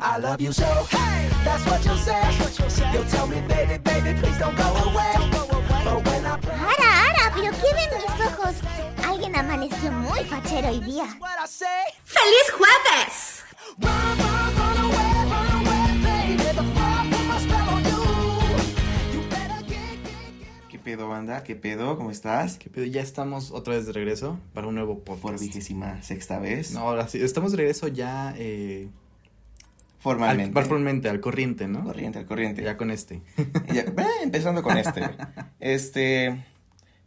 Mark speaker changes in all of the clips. Speaker 1: I love you so. Hey, that's what you say. You tell me, baby, baby, please don't go away. But when I play
Speaker 2: Ara, Ara, pero ¿qué ven mis ojos? Alguien amaneció muy fachero hoy día.
Speaker 1: what I say,
Speaker 3: ¡Feliz jueves!
Speaker 1: run, run, run away, run away, baby. The fire put my spell on you. You better get, get, get.
Speaker 4: ¿Qué pedo, banda? ¿Qué pedo? ¿Cómo estás?
Speaker 5: ¿Qué pedo? Ya estamos otra vez de regreso para un nuevo
Speaker 4: Por
Speaker 5: podcast.
Speaker 4: vigésima sexta vez.
Speaker 5: No, ahora sí, estamos de regreso ya eh, al-
Speaker 4: Formalmente.
Speaker 5: al, formalmente, al corriente, ¿no?
Speaker 4: Corriente, al corriente.
Speaker 5: Ya con este.
Speaker 4: Ya, eh, empezando con este. güey. Este.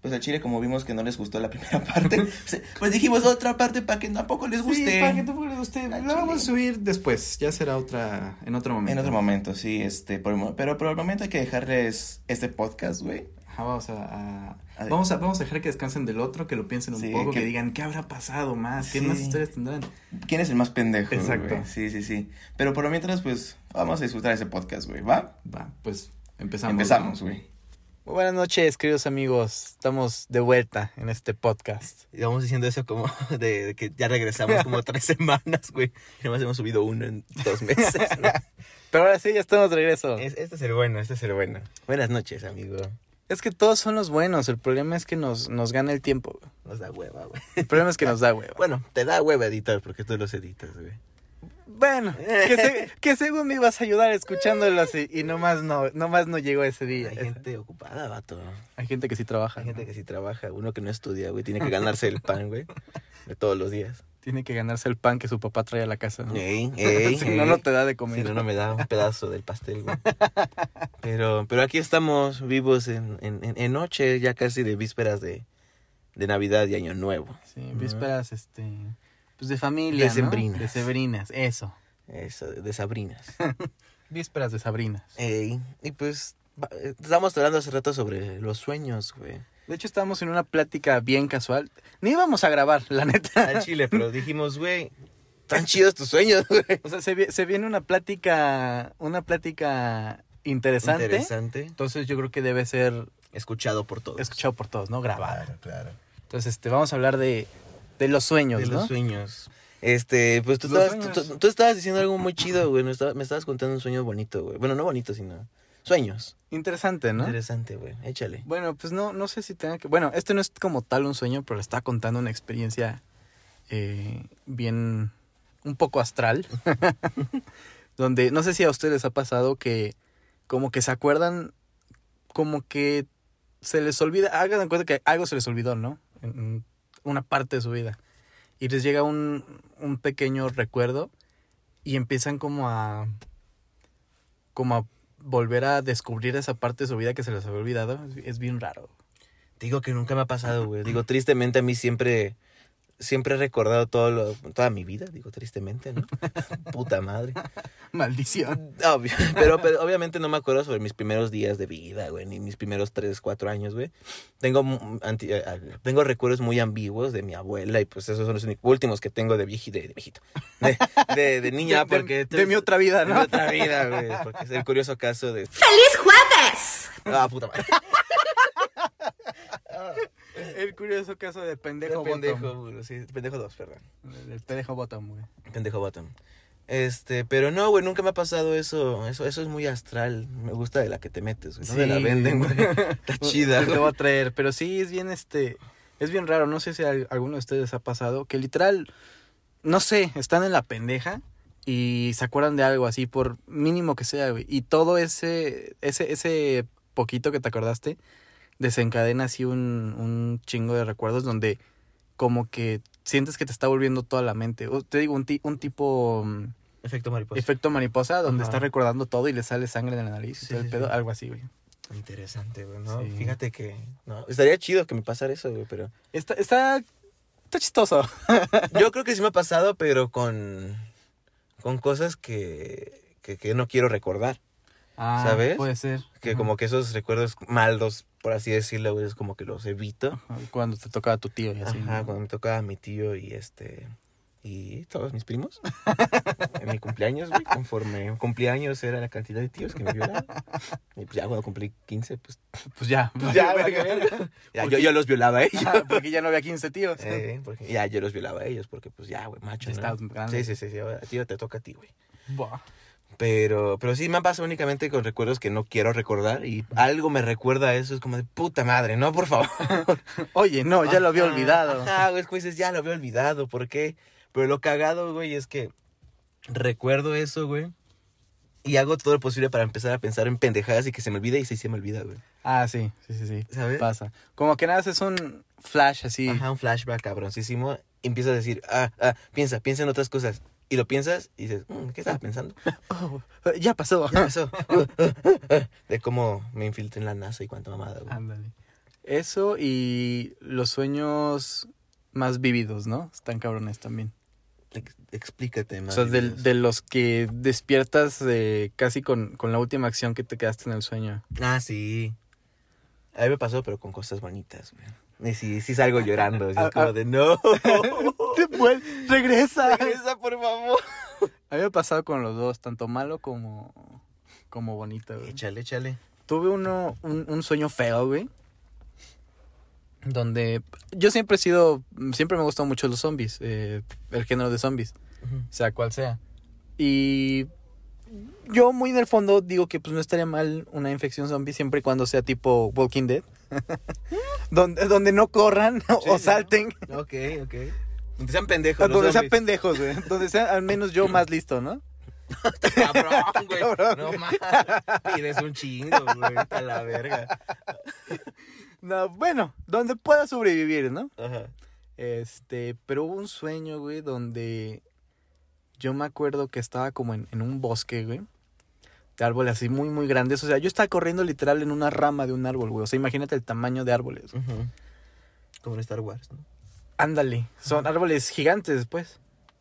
Speaker 4: Pues al chile, como vimos que no les gustó la primera parte, pues, pues dijimos otra parte para que tampoco les guste.
Speaker 5: para que tampoco le guste.
Speaker 4: Al
Speaker 5: Lo vamos
Speaker 4: chile.
Speaker 5: a subir después, ya será otra, en otro momento.
Speaker 4: En otro momento, sí, este. por el mo- pero por el momento hay que dejarles este podcast, güey.
Speaker 5: Ajá, vamos a, a-
Speaker 4: A ver.
Speaker 5: vamos a vamos a dejar que descansen del otro, que lo piensen un
Speaker 4: Sí,
Speaker 5: poco, que...
Speaker 4: que-
Speaker 5: digan qué habrá pasado más, qué
Speaker 4: Sí.
Speaker 5: más historias tendrán.
Speaker 4: ¿Quién es el más pendejo?
Speaker 5: Exacto.
Speaker 4: güey? Sí, sí, sí. Pero por lo mientras, pues vamos a disfrutar ese podcast, güey. ¿Va?
Speaker 5: Va, pues empezamos.
Speaker 4: Empezamos,
Speaker 5: ¿no?
Speaker 4: güey.
Speaker 5: Muy buenas noches, queridos amigos. Estamos de vuelta en este podcast.
Speaker 6: Y vamos diciendo eso como de, de que ya regresamos como tres semanas, güey. Y nomás hemos subido uno en dos meses. ¿no?
Speaker 5: Pero ahora sí, ya estamos de regreso.
Speaker 6: Es- este es el bueno, este es el bueno. Buenas noches, amigo.
Speaker 5: Es que todos son los buenos. El problema es que nos, nos gana el tiempo. güey.
Speaker 6: Nos da hueva, güey.
Speaker 5: El problema es que nos da hueva.
Speaker 6: Bueno, te da hueva editar porque tú los editas, güey.
Speaker 5: Bueno, que, se- que según me ibas a ayudar escuchándolos y, y nomás, no, nomás no llegó ese día.
Speaker 6: Hay gente ocupada, vato.
Speaker 5: Hay gente que sí trabaja.
Speaker 6: Hay gente
Speaker 5: ¿no?
Speaker 6: que sí trabaja. Uno que no estudia, güey. Tiene que ganarse el pan, güey. De todos los días.
Speaker 5: Tiene que ganarse el pan que su papá trae a la casa. ¿no?
Speaker 6: Ey, ey,
Speaker 5: si
Speaker 6: ey.
Speaker 5: no, no te da de
Speaker 6: Eh, Si
Speaker 5: comer.
Speaker 6: no, no me da un pedazo del pastel, güey. Pero, pero aquí estamos vivos en, en, en- en noche, ya casi de vísperas de, de Navidad y Año Nuevo.
Speaker 5: Sí, vísperas, este. Pues de familia. ¿no?
Speaker 6: Decembrinas.
Speaker 5: Decembrinas, eso.
Speaker 6: Eso, de Sabrinas.
Speaker 5: Vísperas de Sabrinas.
Speaker 6: Ey, y pues, va- eh, estábamos hablando hace rato sobre los sueños, güey.
Speaker 5: De hecho, estábamos en una plática bien casual. Ni íbamos a grabar, la neta.
Speaker 6: Al Chile, pero dijimos, güey, tan chidos tus sueños, güey.
Speaker 5: O sea, se, vi- se viene una plática, una plática interesante.
Speaker 6: Interesante.
Speaker 5: Entonces yo creo que debe ser
Speaker 6: Escuchado por todos.
Speaker 5: escuchado por todos, ¿no? Grabado.
Speaker 6: Claro, claro.
Speaker 5: Entonces, este, vamos a hablar de, de los sueños,
Speaker 6: de
Speaker 5: ¿no?
Speaker 6: los sueños. Este, pues tú
Speaker 5: Los
Speaker 6: estabas, tú,
Speaker 5: sueños.
Speaker 6: tú- tú estabas diciendo algo muy chido, güey. Me estaba- me estabas contando un sueño bonito, güey. Bueno, no bonito, sino sueños.
Speaker 5: Interesante, ¿no?
Speaker 6: Interesante, güey. Échale.
Speaker 5: Bueno, pues no, no sé si tenga que... Bueno, este no es como tal un sueño, pero le estaba contando una experiencia eh, bien... un poco astral. donde no sé si a ustedes les ha pasado que como que se acuerdan, como que se les olvida, hagan de cuenta que algo se les olvidó, ¿no? En- en una parte de su vida. Y les llega un, un pequeño recuerdo y empiezan como a... como a volver a descubrir esa parte de su vida que se les había olvidado es, es bien raro.
Speaker 6: Digo que nunca me ha pasado, güey. Digo, tristemente a mí siempre, siempre he recordado todo lo, toda mi vida. Digo, tristemente, ¿no? Puta madre.
Speaker 5: Maldición.
Speaker 6: Obvio, pero, pero obviamente no me acuerdo sobre mis primeros días de vida, güey, ni mis primeros 3, 4 años, güey. Tengo, mu- anti- eh, eh, tengo recuerdos muy ambiguos de mi abuela y pues esos son los únicos- últimos que tengo de, vieji- de, de viejito, de, de- de niña,
Speaker 5: de,
Speaker 6: porque...
Speaker 5: de mi otra vida,
Speaker 6: de mi
Speaker 5: ¿no?
Speaker 6: otra vida, güey, porque es el curioso caso de...
Speaker 3: ¡Feliz jueves!
Speaker 6: Ah, puta madre.
Speaker 5: El curioso caso de pendejo,
Speaker 6: pendejo, güey, sí, pendejo 2, perdón.
Speaker 5: bottom. El pendejo bottom, güey.
Speaker 6: Pendejo bottom. Este, pero no, güey, nunca me ha pasado eso. Eso, eso es muy astral. Me gusta de la que te metes, güey. No de la
Speaker 5: Sí.
Speaker 6: venden, güey. Está chida,
Speaker 5: Pues, Te- Te
Speaker 6: güey.
Speaker 5: voy a traer, pero sí es bien este es bien raro, no sé si a alguno de ustedes ha pasado que literal no sé, están en la pendeja y se acuerdan de algo así por mínimo que sea, güey, y todo ese ese ese poquito que te acordaste desencadena así un un chingo de recuerdos donde como que sientes que te está volviendo toda la mente. O te digo un ti- un tipo mm,
Speaker 6: Efecto mariposa.
Speaker 5: efecto mariposa donde
Speaker 6: Pues, Ajá.
Speaker 5: estás recordando todo y le sale sangre de la nariz, y
Speaker 6: Sí,
Speaker 5: todo el
Speaker 6: sí,
Speaker 5: pedo,
Speaker 6: sí.
Speaker 5: algo así, güey.
Speaker 6: Interesante, güey, ¿no?
Speaker 5: Sí.
Speaker 6: Fíjate que... No, estaría chido que me pasara eso, güey, pero...
Speaker 5: Está está está chistoso.
Speaker 6: Yo creo que sí me ha pasado, pero con... Con cosas que... Que, que no quiero recordar.
Speaker 5: Ah,
Speaker 6: ¿Sabes?
Speaker 5: Puede ser.
Speaker 6: Que
Speaker 5: Ajá.
Speaker 6: como que esos recuerdos malos, por así decirlo, güey, es como que los evito.
Speaker 5: Cuando te tocaba tu tío y así.
Speaker 6: Ajá,
Speaker 5: ¿no?
Speaker 6: cuando me tocaba a mi tío y este. Y todos mis primos. en mi cumpleaños, güey. Conforme cumpleaños era la cantidad de tíos que me violaban. Y pues ya cuando cumplí 15, pues.
Speaker 5: Pues ya.
Speaker 6: pues ya, güey, que verga. Ya, yo, yo los violaba a ellos.
Speaker 5: Ah, Porque ya no había 15 tíos.
Speaker 6: Eh, porque- ya yo los violaba a ellos, porque pues ya, güey, macho.
Speaker 5: Ya
Speaker 6: ¿no?
Speaker 5: estabas grande.
Speaker 6: Sí, sí, sí, sí. ahora, Tío, te toca a ti, güey.
Speaker 5: Buah.
Speaker 6: Pero, pero sí me pasa únicamente con recuerdos que no quiero recordar y algo me recuerda a eso, es como de puta madre, no, por favor.
Speaker 5: Oye, no, ya lo había
Speaker 6: Ajá,
Speaker 5: olvidado.
Speaker 6: Ah, Ajá, güey, es como dices, ya lo había olvidado, ¿por qué? Pero lo cagado, güey, es que recuerdo eso, güey, y hago todo lo posible para empezar a pensar en pendejadas y que se me olvide y sí se me olvida, güey.
Speaker 5: Ah, sí, sí, sí, sí.
Speaker 6: ¿Sabes?
Speaker 5: Pasa. Como que nada, es un flash así.
Speaker 6: ¿Eh? Ajá, un flashback cabroncísimo. y Empiezas a decir, ah, ah, piensa, piensa en otras cosas. Y lo piensas y dices, "Mm, ¿qué estaba pensando?
Speaker 5: Oh, ya pasó.
Speaker 6: Ya pasó. Ah, ah, ah, De cómo me infiltré en la NASA y cuánta mamada, güey.
Speaker 5: Ándale. Eso y los sueños más vívidos, ¿no? Están cabrones también.
Speaker 6: Ex- Explícate más.
Speaker 5: o sea, del-
Speaker 6: videos.
Speaker 5: de los que despiertas eh, casi con, con la última acción que te quedaste en el sueño.
Speaker 6: Ah, sí. A mí me pasó, pero con cosas bonitas, güey. Y sí, sí salgo llorando. así
Speaker 5: Ah,
Speaker 6: es como
Speaker 5: ah.
Speaker 6: de, no.
Speaker 5: ¡Regresa!
Speaker 6: Regresa, por favor.
Speaker 5: A mí me ha pasado con los dos, tanto malo como, como bonito, güey.
Speaker 6: Échale, échale.
Speaker 5: Tuve uno, un, un sueño feo, güey. Donde yo siempre he sido, siempre me han gustado mucho los zombies, eh, el género de zombies, sea cual sea. Y yo muy en el fondo digo que pues no estaría mal una infección zombie siempre y cuando sea tipo Walking Dead. donde, donde no corran o-
Speaker 6: Sí,
Speaker 5: o
Speaker 6: ¿no?
Speaker 5: salten.
Speaker 6: Ok, ok. Donde sean pendejos. los
Speaker 5: Ah, Donde sean
Speaker 6: zombies.
Speaker 5: pendejos, güey. Donde sea al menos yo más listo, ¿no?
Speaker 6: Cabrón, güey.
Speaker 5: cabrón,
Speaker 6: No
Speaker 5: güey.
Speaker 6: más. Pides un chingo, güey. A la verga.
Speaker 5: No, bueno, donde pueda sobrevivir, ¿no?
Speaker 6: Ajá.
Speaker 5: Este, pero hubo un sueño, güey, donde yo me acuerdo que estaba como en, en un bosque, güey. De árboles así muy, muy grandes. O sea, yo estaba corriendo literal en una rama de un árbol, güey. O sea, imagínate el tamaño de árboles.
Speaker 6: Como en Star Wars, ¿no?
Speaker 5: Ándale, son árboles gigantes, pues.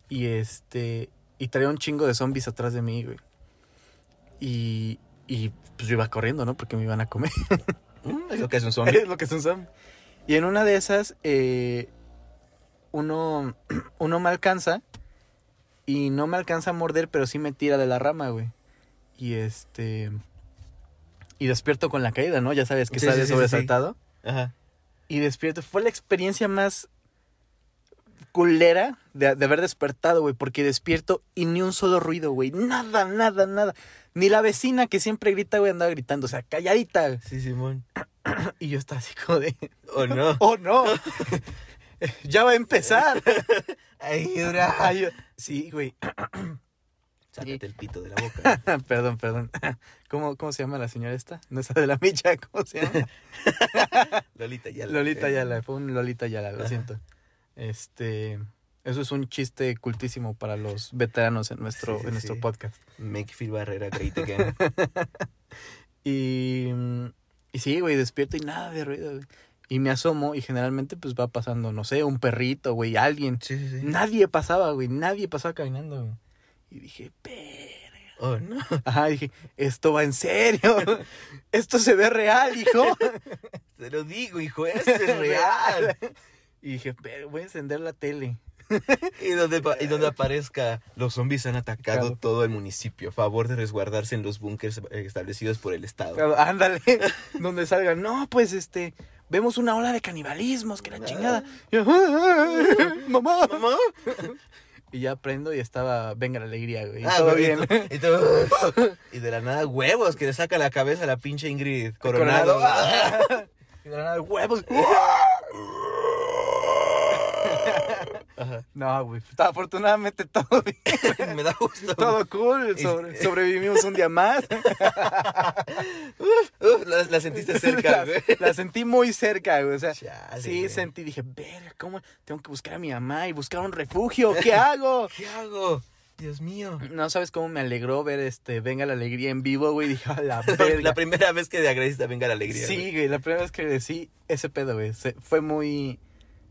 Speaker 5: Y este, y traía un chingo de zombies atrás de mí, güey. Y, y pues yo iba corriendo, ¿no? Porque me iban a comer.
Speaker 6: Eso que Mm, es un
Speaker 5: Es lo que es un zombie. Y en una de esas, eh, uno, uno me alcanza y no me alcanza a morder, pero sí me tira de la rama, güey. Y este. Y despierto con la caída, ¿no? Ya sabes que
Speaker 6: Sí,
Speaker 5: sale
Speaker 6: sí, sí, sí,
Speaker 5: sobresaltado.
Speaker 6: Ajá.
Speaker 5: Y despierto. Fue la experiencia más culera de, de haber despertado, güey. Porque despierto y ni un solo ruido, güey. Nada, nada, nada. Ni la vecina que siempre grita, güey, andaba gritando. O sea, calladita.
Speaker 6: Sí, Simón.
Speaker 5: Y yo estaba así como de.
Speaker 6: ¿O no?
Speaker 5: ¡Oh, no! ya va a empezar.
Speaker 6: Ayuda.
Speaker 5: Ay, sí, güey.
Speaker 6: Sácate el pito de la boca.
Speaker 5: perdón, perdón. ¿Cómo, ¿Cómo se llama la señora esta? No es la Micha, ¿cómo se llama?
Speaker 6: Lolita ya eh,
Speaker 5: Lolita Yala, fue un Lolita Yala, lo
Speaker 6: Ajá.
Speaker 5: siento. Este. Eso es un chiste cultísimo para los veteranos en nuestro,
Speaker 6: Sí, sí,
Speaker 5: en nuestro
Speaker 6: sí.
Speaker 5: podcast.
Speaker 6: Make Phil Barrera, great again.
Speaker 5: Y, mm, y sí, güey, despierto y nada de ruido, güey. Y me asomo y generalmente pues va pasando, no sé, un perrito, güey, alguien.
Speaker 6: Sí, sí,
Speaker 5: Nadie pasaba, güey, nadie pasaba caminando, güey. Y dije, pero...
Speaker 6: Oh, no.
Speaker 5: Ajá, dije, esto va en serio. Esto se ve real, hijo.
Speaker 6: Te lo digo, hijo, esto es real.
Speaker 5: Y dije, pero voy a encender la tele.
Speaker 6: Y donde, pa- y donde aparezca, los zombies han atacado
Speaker 5: Claro.
Speaker 6: todo el municipio. Favor de resguardarse en los búnkers eh, establecidos por el Estado.
Speaker 5: Claro, ándale, donde salga. No, pues este, vemos una ola de canibalismos, que la chingada. Y yo, "Ay, mamá.
Speaker 6: ¿Mamá?
Speaker 5: Y ya prendo y estaba, venga la alegría, güey.
Speaker 6: Ah,
Speaker 5: todo
Speaker 6: güey,
Speaker 5: bien.
Speaker 6: Y, tú- y tú- y de la nada, huevos, que le saca la cabeza a la pinche Ingrid Coronado.
Speaker 5: Coronado. Y de la nada, huevos. No, güey. pues, Afortunadamente todo bien.
Speaker 6: Me da gusto.
Speaker 5: Todo cool,
Speaker 6: Y-
Speaker 5: sobre- sobrevivimos un día más.
Speaker 6: Uf, la, la sentiste cerca,
Speaker 5: la,
Speaker 6: güey.
Speaker 5: la sentí muy cerca, güey. O sea,
Speaker 6: Chale,
Speaker 5: sí
Speaker 6: güey.
Speaker 5: sentí, dije, verga, ¿cómo? Tengo que buscar a mi mamá y buscar un refugio, ¿qué hago?
Speaker 6: ¿Qué hago? Dios mío.
Speaker 5: No sabes cómo me alegró ver este Venga la Alegría en vivo, güey. Dije, a la verga.
Speaker 6: La primera vez que agradeciste venga la alegría.
Speaker 5: sí, güey, la primera vez que decí ese pedo, güey. se- fue muy.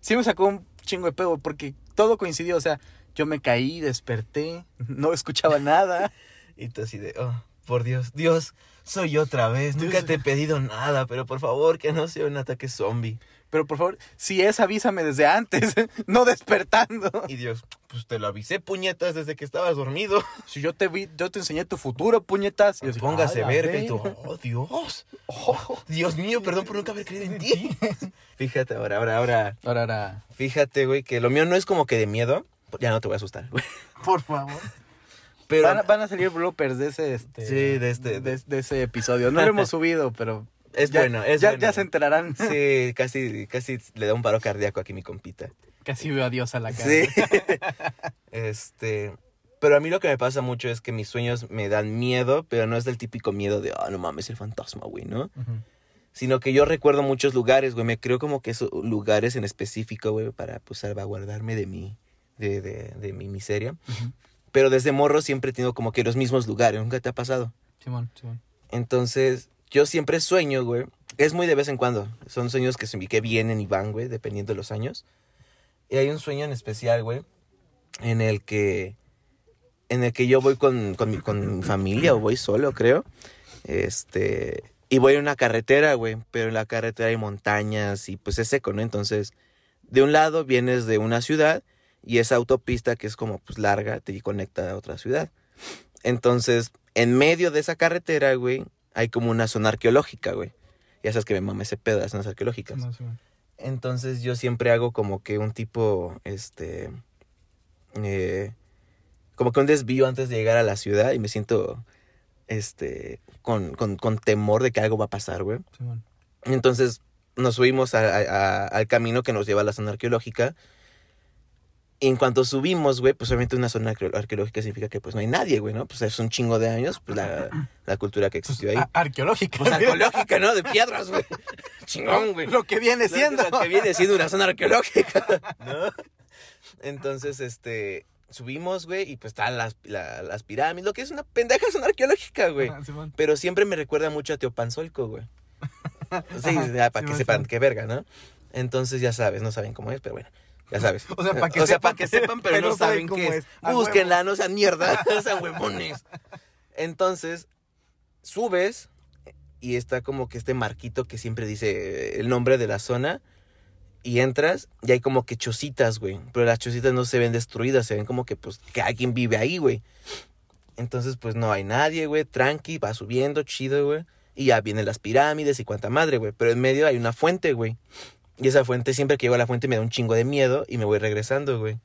Speaker 5: Sí me sacó un chingo de pedo porque todo coincidió. O sea, yo me caí, desperté, no escuchaba nada.
Speaker 6: Y tú así de, oh, por Dios, Dios, soy otra vez. Nunca te he pedido nada, pero por favor que no sea un ataque zombie.
Speaker 5: Pero por favor, si es, avísame desde antes, no despertando.
Speaker 6: Y Dios, pues te lo avisé, puñetas, desde que estabas dormido.
Speaker 5: Si yo te vi, yo te enseñé tu futuro, puñetas. Y yo así,
Speaker 6: Póngase
Speaker 5: "A la
Speaker 6: verga. Y tú, oh, Dios. Ah, Oh, Dios mío, perdón por nunca haber creído en ti. Fíjate ahora, ahora, ahora.
Speaker 5: Ahora, ahora.
Speaker 6: Fíjate, güey, que lo mío no es como que de miedo. Ya no te voy a asustar, güey.
Speaker 5: Por favor.
Speaker 6: Pero
Speaker 5: van, a, van a salir bloopers de ese, este,
Speaker 6: Sí, de este-
Speaker 5: de, de ese episodio. No lo hemos subido, pero
Speaker 6: es
Speaker 5: ya,
Speaker 6: bueno, es
Speaker 5: ya,
Speaker 6: bueno.
Speaker 5: ya se enterarán.
Speaker 6: Sí, casi, casi le da un paro cardíaco aquí mi compita.
Speaker 5: Casi veo a Dios a la cara.
Speaker 6: Sí. este. Pero a mí lo que me pasa mucho es que mis sueños me dan miedo, pero no es del típico miedo de, ah, no mames, el fantasma, güey, ¿no?
Speaker 5: Ujú.
Speaker 6: Sino que yo recuerdo muchos lugares, güey. Me creo como que esos lugares en específico, güey, para pues, salvaguardarme de mi, de, de, de mi miseria. Pero desde morro siempre he tenido como que los mismos lugares. Nunca te ha pasado.
Speaker 5: Simón, Simón.
Speaker 6: Entonces, yo siempre sueño, güey. Es muy de vez en cuando. Son sueños que, se- que vienen y van, güey, dependiendo de los años. Y hay un sueño en especial, güey, en el que, en el que yo voy con, con mi, con mi familia o voy solo, creo. Este, y voy a una carretera, güey, pero en la carretera hay montañas y pues es seco, ¿no? Entonces, de un lado vienes de una ciudad y esa autopista que es como pues larga te conecta a otra ciudad. Entonces, en medio de esa carretera, güey, hay como una zona arqueológica, güey. Ya sabes que me mama ese pedo de las zonas arqueológicas.
Speaker 5: Simón, Simón.
Speaker 6: Entonces yo siempre hago como que un tipo, este, eh, como que un desvío antes de llegar a la ciudad y me siento, este, con, con- con temor de que algo va a pasar, güey.
Speaker 5: Simón.
Speaker 6: Entonces nos subimos a- a- a- al camino que nos lleva a la zona arqueológica. Y en cuanto subimos, güey, pues obviamente una zona arqueo- arqueológica significa que pues no hay nadie, güey, ¿no? Pues es un chingo de años, pues la, la cultura que existió ahí.
Speaker 5: A- arqueológica.
Speaker 6: Pues arqueológica, ¿no? De piedras, güey. Chingón, güey.
Speaker 5: Lo que viene siendo.
Speaker 6: Lo que viene siendo una zona arqueológica. ¿no? Entonces, este. Subimos, güey, y pues están las, la- las pirámides, lo que es una pendeja zona arqueológica, güey.
Speaker 5: Ah, Simón.
Speaker 6: Pero siempre me recuerda mucho a Teopanzolco, güey. Sí,
Speaker 5: Ajá,
Speaker 6: ya, para
Speaker 5: sí,
Speaker 6: que
Speaker 5: me
Speaker 6: sepan
Speaker 5: suena.
Speaker 6: qué verga, ¿no? Entonces, ya sabes, no saben cómo es, pero bueno, ya sabes.
Speaker 5: O sea, para que
Speaker 6: O sea,
Speaker 5: sepan,
Speaker 6: para que sepan, pero, no saben
Speaker 5: cómo
Speaker 6: qué es.
Speaker 5: es. Ah, huevo.
Speaker 6: Búsquenla, no sean mierda, no sean huevones. Entonces, subes y está como que este marquito que siempre dice eh, el nombre de la zona. Y entras y hay como que chocitas, güey. Pero las chocitas no se ven destruidas, se ven como que pues que alguien vive ahí, güey. Entonces, pues no hay nadie, güey. Tranqui, va subiendo, chido, güey. Y ya vienen las pirámides y cuanta madre, güey. Pero en medio hay una fuente, güey. Y esa fuente, siempre que llego a la fuente, me da un chingo de miedo y me voy regresando, güey.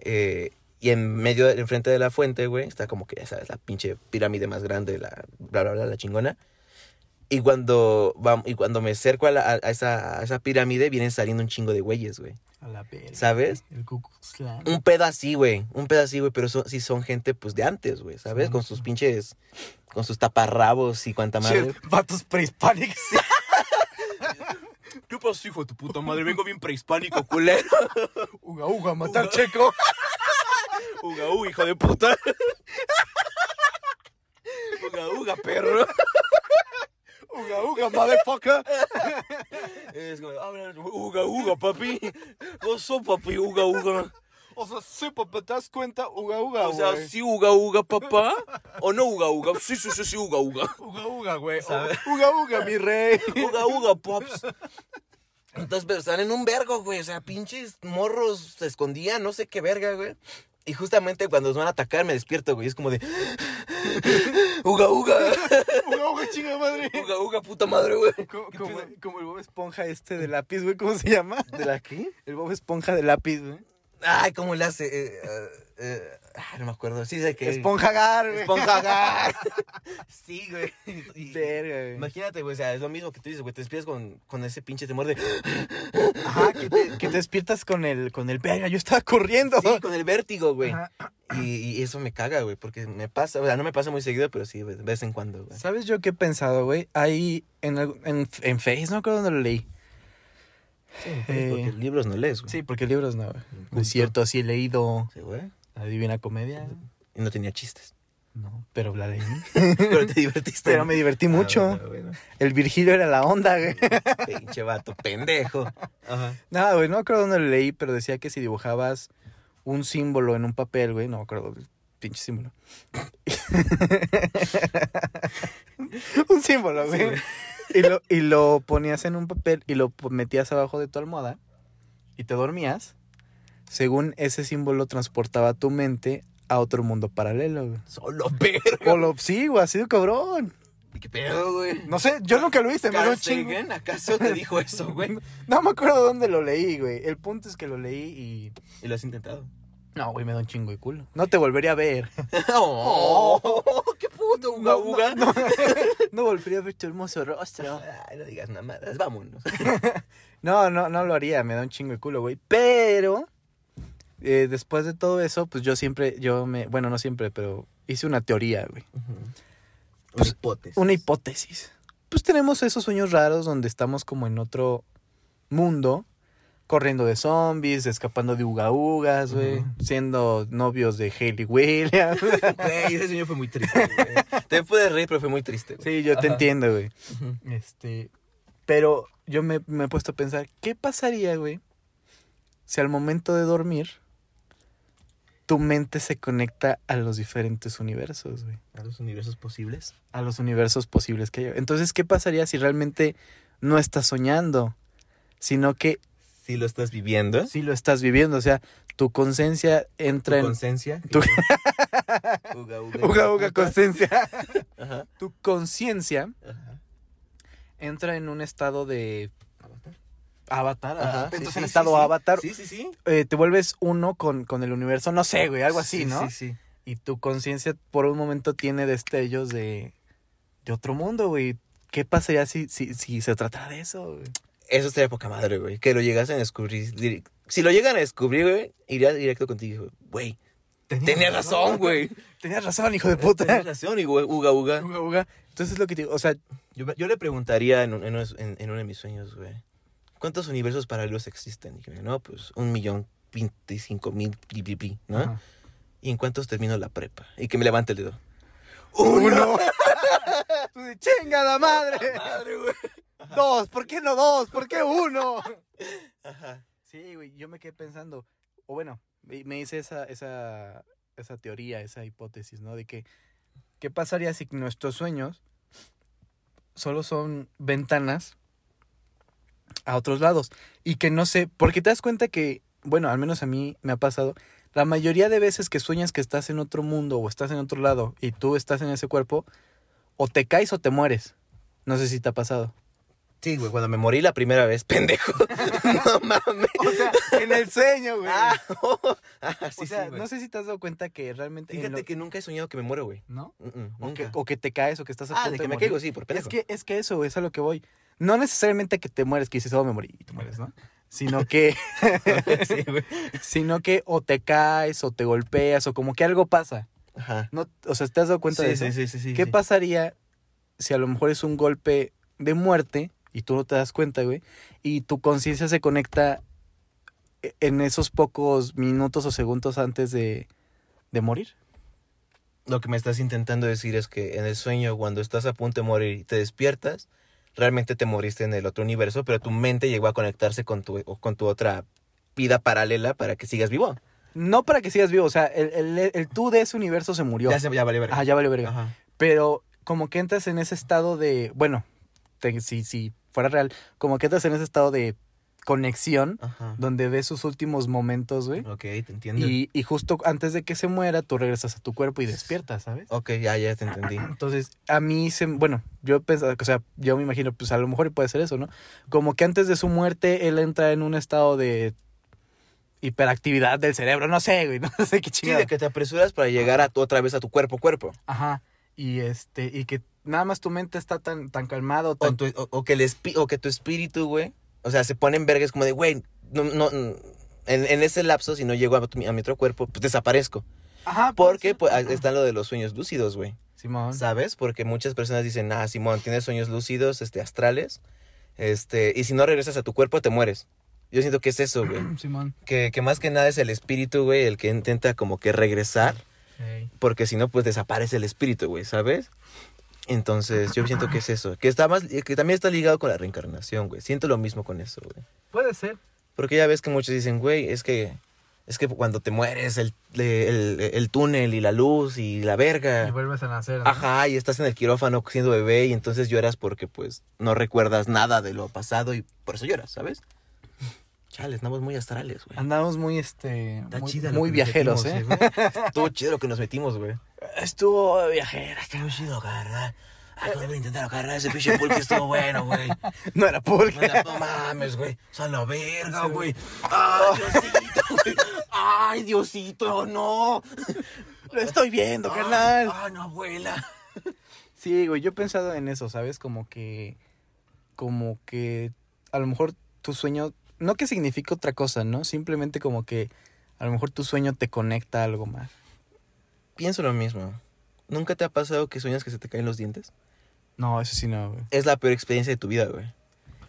Speaker 6: Eh, y en medio, enfrente de la fuente, güey, está como que, ya sabes, la pinche pirámide más grande, la bla, bla, bla, la chingona. Y cuando, vam- y cuando me acerco a, la- a- a esa, a esa pirámide, vienen saliendo un chingo de güeyes, güey.
Speaker 5: A la verga.
Speaker 6: ¿Sabes?
Speaker 5: El Cucuxlán.
Speaker 6: Un pedo así, güey. Un pedo así, güey. Pero son, sí son gente, pues, de antes, güey. ¿Sabes?
Speaker 5: Sí,
Speaker 6: Con sus pinches... Con sus taparrabos y cuanta madre.
Speaker 5: Che, Vatos prehispánicos.
Speaker 6: ¿Qué pasó, hijo de tu puta madre? Vengo bien prehispánico, culero.
Speaker 5: Uga, uga, matar checo.
Speaker 6: Uga, uga, hijo de puta. Uga, uga, perro.
Speaker 5: Uga, uga, motherfucker.
Speaker 6: Es como, "Habla, uga, uga, papi. Gozo, papi, uga, uga.
Speaker 5: O sea, sí, papá, ¿te das cuenta? Uga, uga,
Speaker 6: O sea,
Speaker 5: güey.
Speaker 6: sí, uga, uga, papá. O no, uga, uga. Sí, sí, sí, sí, uga, uga.
Speaker 5: Uga, uga, güey. Uga, uga, mi rey.
Speaker 6: Uga, uga, pops. Entonces, pero están en un vergo, güey. O sea, pinches morros se escondían, no sé qué verga, güey. Y justamente cuando nos van a atacar me despierto, güey. Es como de... Uga, uga.
Speaker 5: Uga, uga, chinga madre.
Speaker 6: Uga, uga, puta madre, güey.
Speaker 5: Como,
Speaker 6: ¿Qué
Speaker 5: como-
Speaker 6: pedo?
Speaker 5: como el Bob Esponja este de lápiz, güey. ¿Cómo se llama?
Speaker 6: ¿De la qué?
Speaker 5: El Bob Esponja de lápiz, güey.
Speaker 6: Ay, ¿cómo le hace? Eh, eh, eh, ay, no me acuerdo. Sí, sé que...
Speaker 5: Esponja Gar, güey.
Speaker 6: Esponja gas. Sí, güey. Y-
Speaker 5: Verga, güey.
Speaker 6: Imagínate, güey, o sea, es lo mismo que tú dices, güey, te despiertas con, con ese pinche temor de...
Speaker 5: Ajá, que te, que te despiertas con el, con el verga. Yo estaba corriendo.
Speaker 6: Sí, con el vértigo, güey.
Speaker 5: Ajá.
Speaker 6: Y, y eso me caga, güey, porque me pasa, o sea, no me pasa muy seguido, pero sí, güey, de vez en cuando, güey.
Speaker 5: ¿Sabes yo qué he pensado, güey? Ahí en, algún- en, en Face, no creo dónde lo leí. Eh,
Speaker 6: Porque libros no lees, güey.
Speaker 5: Sí, porque libros no, güey.
Speaker 6: Punto.
Speaker 5: Es cierto, sí he leído
Speaker 6: Sí, güey.
Speaker 5: La Divina Comedia.
Speaker 6: Y no tenía chistes.
Speaker 5: No, pero la leí.
Speaker 6: Pero te divertiste.
Speaker 5: pero
Speaker 6: ¿no?
Speaker 5: me divertí
Speaker 6: Ah,
Speaker 5: mucho.
Speaker 6: bueno, bueno.
Speaker 5: El Virgilio era la onda, güey.
Speaker 6: Pinche vato, pendejo. Ajá.
Speaker 5: Nada, güey, no me acuerdo dónde lo leí, pero decía que si dibujabas un símbolo en un papel, güey, no me acuerdo el pinche símbolo. un símbolo, güey. y, lo, y lo ponías en un papel y lo po- metías abajo de tu almohada y te dormías. Según ese símbolo transportaba tu mente a otro mundo paralelo, güey.
Speaker 6: Solo perro.
Speaker 5: O lo sí, güey, así de cabrón.
Speaker 6: ¿Qué pedo, güey?
Speaker 5: No sé, yo nunca lo hice, me dio
Speaker 6: Carl
Speaker 5: un chingo.
Speaker 6: Sagan, ¿Acaso te dijo eso, güey?
Speaker 5: No me acuerdo dónde lo leí, güey. El punto es que lo leí y
Speaker 6: Y lo has intentado.
Speaker 5: No, güey, me da un chingo de culo. No te volvería a ver.
Speaker 6: ¡Oh! ¡Qué puto, uga,
Speaker 5: No,
Speaker 6: uga!
Speaker 5: No, no. No volvería a ver tu hermoso rostro.
Speaker 6: Ay, no digas mamadas, vámonos.
Speaker 5: No, no, no lo haría, me da un chingo de culo, güey. Pero eh, después de todo eso, pues yo siempre, yo me, bueno, no siempre, pero hice una teoría, güey. Pues,
Speaker 6: Una hipótesis.
Speaker 5: Una hipótesis. Pues tenemos esos sueños raros donde estamos como en otro mundo, corriendo de zombies, escapando de uga ugas, güey, siendo novios de Haley Williams.
Speaker 6: Güey, ese sueño fue muy triste, güey. Te puedes reír, pero fue muy triste, güey.
Speaker 5: sí, yo te
Speaker 6: Ajá.
Speaker 5: entiendo, güey.
Speaker 6: Ujú.
Speaker 5: Este, pero yo me, me he puesto a pensar, ¿qué pasaría, güey? Si al momento de dormir, tu mente se conecta a los diferentes universos, güey.
Speaker 6: A los universos posibles.
Speaker 5: A los universos posibles que hay. Entonces, ¿qué pasaría si realmente no estás soñando? Sino que
Speaker 6: Si lo estás viviendo.
Speaker 5: sí lo estás viviendo. O sea, tu conciencia
Speaker 6: ¿Eh? Tu
Speaker 5: entra en...
Speaker 6: conciencia.
Speaker 5: Tu-
Speaker 6: claro. Uga, uga.
Speaker 5: Uga, uga, conciencia.
Speaker 6: Ajá.
Speaker 5: tu conciencia
Speaker 6: Ajá.
Speaker 5: entra en un estado de
Speaker 6: Avatar.
Speaker 5: avatar.
Speaker 6: Ajá,
Speaker 5: ajá.
Speaker 6: sí,
Speaker 5: Entras
Speaker 6: sí,
Speaker 5: en
Speaker 6: sí,
Speaker 5: estado
Speaker 6: sí.
Speaker 5: avatar.
Speaker 6: Sí, sí, sí.
Speaker 5: eh, te vuelves uno con, con el universo, no sé, güey, algo así,
Speaker 6: Sí,
Speaker 5: ¿no?
Speaker 6: Sí, sí.
Speaker 5: Y tu conciencia por un momento tiene destellos de, de otro mundo, güey. ¿Qué pasaría si, si, si se tratara de eso, güey?
Speaker 6: Eso estaría poca madre, güey. Que lo llegasen a descubrir. dir- Si lo llegan a descubrir, güey, iría directo contigo. Güey, tenías razón, güey.
Speaker 5: Tenías razón, hijo de
Speaker 6: Tenías
Speaker 5: puta.
Speaker 6: razón, y güey, uga, uga.
Speaker 5: Uga, uga. Entonces lo que te digo, o sea,
Speaker 6: Yo, yo le preguntaría en, un- en, unos- en- en uno de mis sueños, güey, ¿cuántos universos paralelos existen? Y que me, no, pues un millón veinticinco mil, pi, pi, pi, ¿no?
Speaker 5: Ajá.
Speaker 6: ¿Y en cuántos termino la prepa? Y que me levante el dedo.
Speaker 5: uno. Tú de chinga la madre. Dos, ¿por qué no dos? ¿Por qué uno?
Speaker 6: Ajá.
Speaker 5: Sí, güey, yo me quedé pensando, o bueno, me me hice esa, esa, esa teoría, esa hipótesis, ¿no? De que, ¿qué pasaría si nuestros sueños solo son ventanas a otros lados? Y que no sé, porque te das cuenta que, bueno, al menos a mí me ha pasado, la mayoría de veces que sueñas que estás en otro mundo o estás en otro lado y tú estás en ese cuerpo, o te caes o te mueres. No sé si te ha pasado.
Speaker 6: Sí, güey, cuando me morí la primera vez, pendejo. no mames.
Speaker 5: O sea, en el sueño, güey.
Speaker 6: Ah, ah, sí,
Speaker 5: o sea,
Speaker 6: sí, güey.
Speaker 5: no sé si te has dado cuenta que realmente. en
Speaker 6: Fíjate
Speaker 5: lo-
Speaker 6: que nunca he soñado que me muero, güey.
Speaker 5: ¿No?
Speaker 6: Mm, mm,
Speaker 5: O que,
Speaker 6: nunca.
Speaker 5: o que te caes o que estás a
Speaker 6: Ah,
Speaker 5: punto
Speaker 6: de
Speaker 5: de
Speaker 6: que me
Speaker 5: morir.
Speaker 6: caigo, sí, por pendejo.
Speaker 5: Es que, es que eso, güey, es a lo que voy. No necesariamente que te mueres, que dices, oh, me morí y te mueres, ¿no? Sino que,
Speaker 6: sí, güey.
Speaker 5: sino que o te caes o te golpeas o como que algo pasa.
Speaker 6: Ajá.
Speaker 5: No, o sea, ¿te has dado cuenta
Speaker 6: Sí,
Speaker 5: de eso?
Speaker 6: sí, sí, sí, sí,
Speaker 5: ¿Qué
Speaker 6: sí.
Speaker 5: pasaría si a lo mejor es un golpe de muerte y tú no te das cuenta, güey? Y tu conciencia se conecta e- en esos pocos minutos o segundos antes de, de morir.
Speaker 6: Lo que me estás intentando decir es que en el sueño, cuando estás a punto de morir y te despiertas, realmente te moriste en el otro universo, pero tu mente llegó a conectarse con tu, o con tu otra vida paralela para que sigas vivo.
Speaker 5: No para que sigas vivo, o sea, el, el- el tú de ese universo se murió.
Speaker 6: Ya, se, ya vale verga.
Speaker 5: Ah, ya valió verga.
Speaker 6: Ajá.
Speaker 5: Pero como que entras en ese estado de, bueno, te- si, si fuera real, como que entras en ese estado de conexión
Speaker 6: Ajá.
Speaker 5: donde ves sus últimos momentos, güey.
Speaker 6: Ok, te entiendo.
Speaker 5: Y, y justo antes de que se muera, tú regresas a tu cuerpo y despiertas, ¿sabes?
Speaker 6: Ok, ya, ya te entendí.
Speaker 5: Entonces, a mí se, bueno, yo pensaba, o sea, yo me imagino, pues a lo mejor puede ser eso, ¿no? Como que antes de su muerte, él entra en un estado de hiperactividad del cerebro, no sé, güey, no sé qué
Speaker 6: Sí,
Speaker 5: chingada.
Speaker 6: de que te apresuras para llegar a tu- otra vez a tu cuerpo, cuerpo.
Speaker 5: Ajá. Y este, y que nada más tu mente está tan, tan calmada, o
Speaker 6: O,
Speaker 5: tan
Speaker 6: tu- o- o que, el espi- o que tu espíritu, güey. O sea, se ponen vergas como de, güey, no, no, mm, en, en ese lapso, si no llego a, tu- a mi otro cuerpo, pues desaparezco.
Speaker 5: Ajá, pues,
Speaker 6: Porque pues, ah, está lo de los sueños lúcidos, güey.
Speaker 5: Simón.
Speaker 6: ¿Sabes? Porque muchas personas dicen, ah, Simón, tienes sueños lúcidos, este, astrales. Este, y si no regresas a tu cuerpo, te mueres. Yo siento que es eso, güey.
Speaker 5: Simón.
Speaker 6: Que, que más que nada es el espíritu, güey, el que intenta como que regresar. Porque si no, pues desaparece el espíritu, güey, ¿sabes? Entonces, yo siento que es eso. Que, está más, eh, que también está ligado con la reencarnación, güey. Siento lo mismo con eso, güey.
Speaker 5: Puede ser.
Speaker 6: Porque ya ves que muchos dicen, güey, es que, es que cuando te mueres, el, el- el túnel y la luz y la verga.
Speaker 5: Y vuelves a nacer. ¿no?
Speaker 6: Ajá, y estás en el quirófano siendo bebé y entonces lloras porque pues no recuerdas nada de lo pasado y por eso lloras, ¿sabes? Chale, estamos muy astrales, güey.
Speaker 5: Andamos muy, este.
Speaker 6: Está
Speaker 5: muy
Speaker 6: chida lo
Speaker 5: muy
Speaker 6: que nos
Speaker 5: viajeros, ¿eh?
Speaker 6: metimos, güey. Estuvo chido lo que nos metimos, güey.
Speaker 5: Estuvo viajera.
Speaker 6: Estuvo chido, carnal. Ay, voy a intentar agarrar ese pinche pulque, estuvo bueno, güey.
Speaker 5: No era pulque.
Speaker 6: No mames, güey. Son la verga, güey. Ah, Diosito, güey. ¡Ay, Diosito, no!
Speaker 5: oh, Lo estoy viendo, carnal.
Speaker 6: ¡Ah, no, abuela!
Speaker 5: Sí, güey, yo he pensado en eso, ¿sabes? Como que. Como que. A lo mejor tu sueño. No que signifique otra cosa, ¿no? Simplemente como que. A lo mejor tu sueño te conecta a algo más.
Speaker 6: Pienso lo mismo. ¿Nunca te ha pasado que sueñas que se te caen los dientes?
Speaker 5: No, eso sí no, güey.
Speaker 6: Es la peor experiencia de tu vida, güey.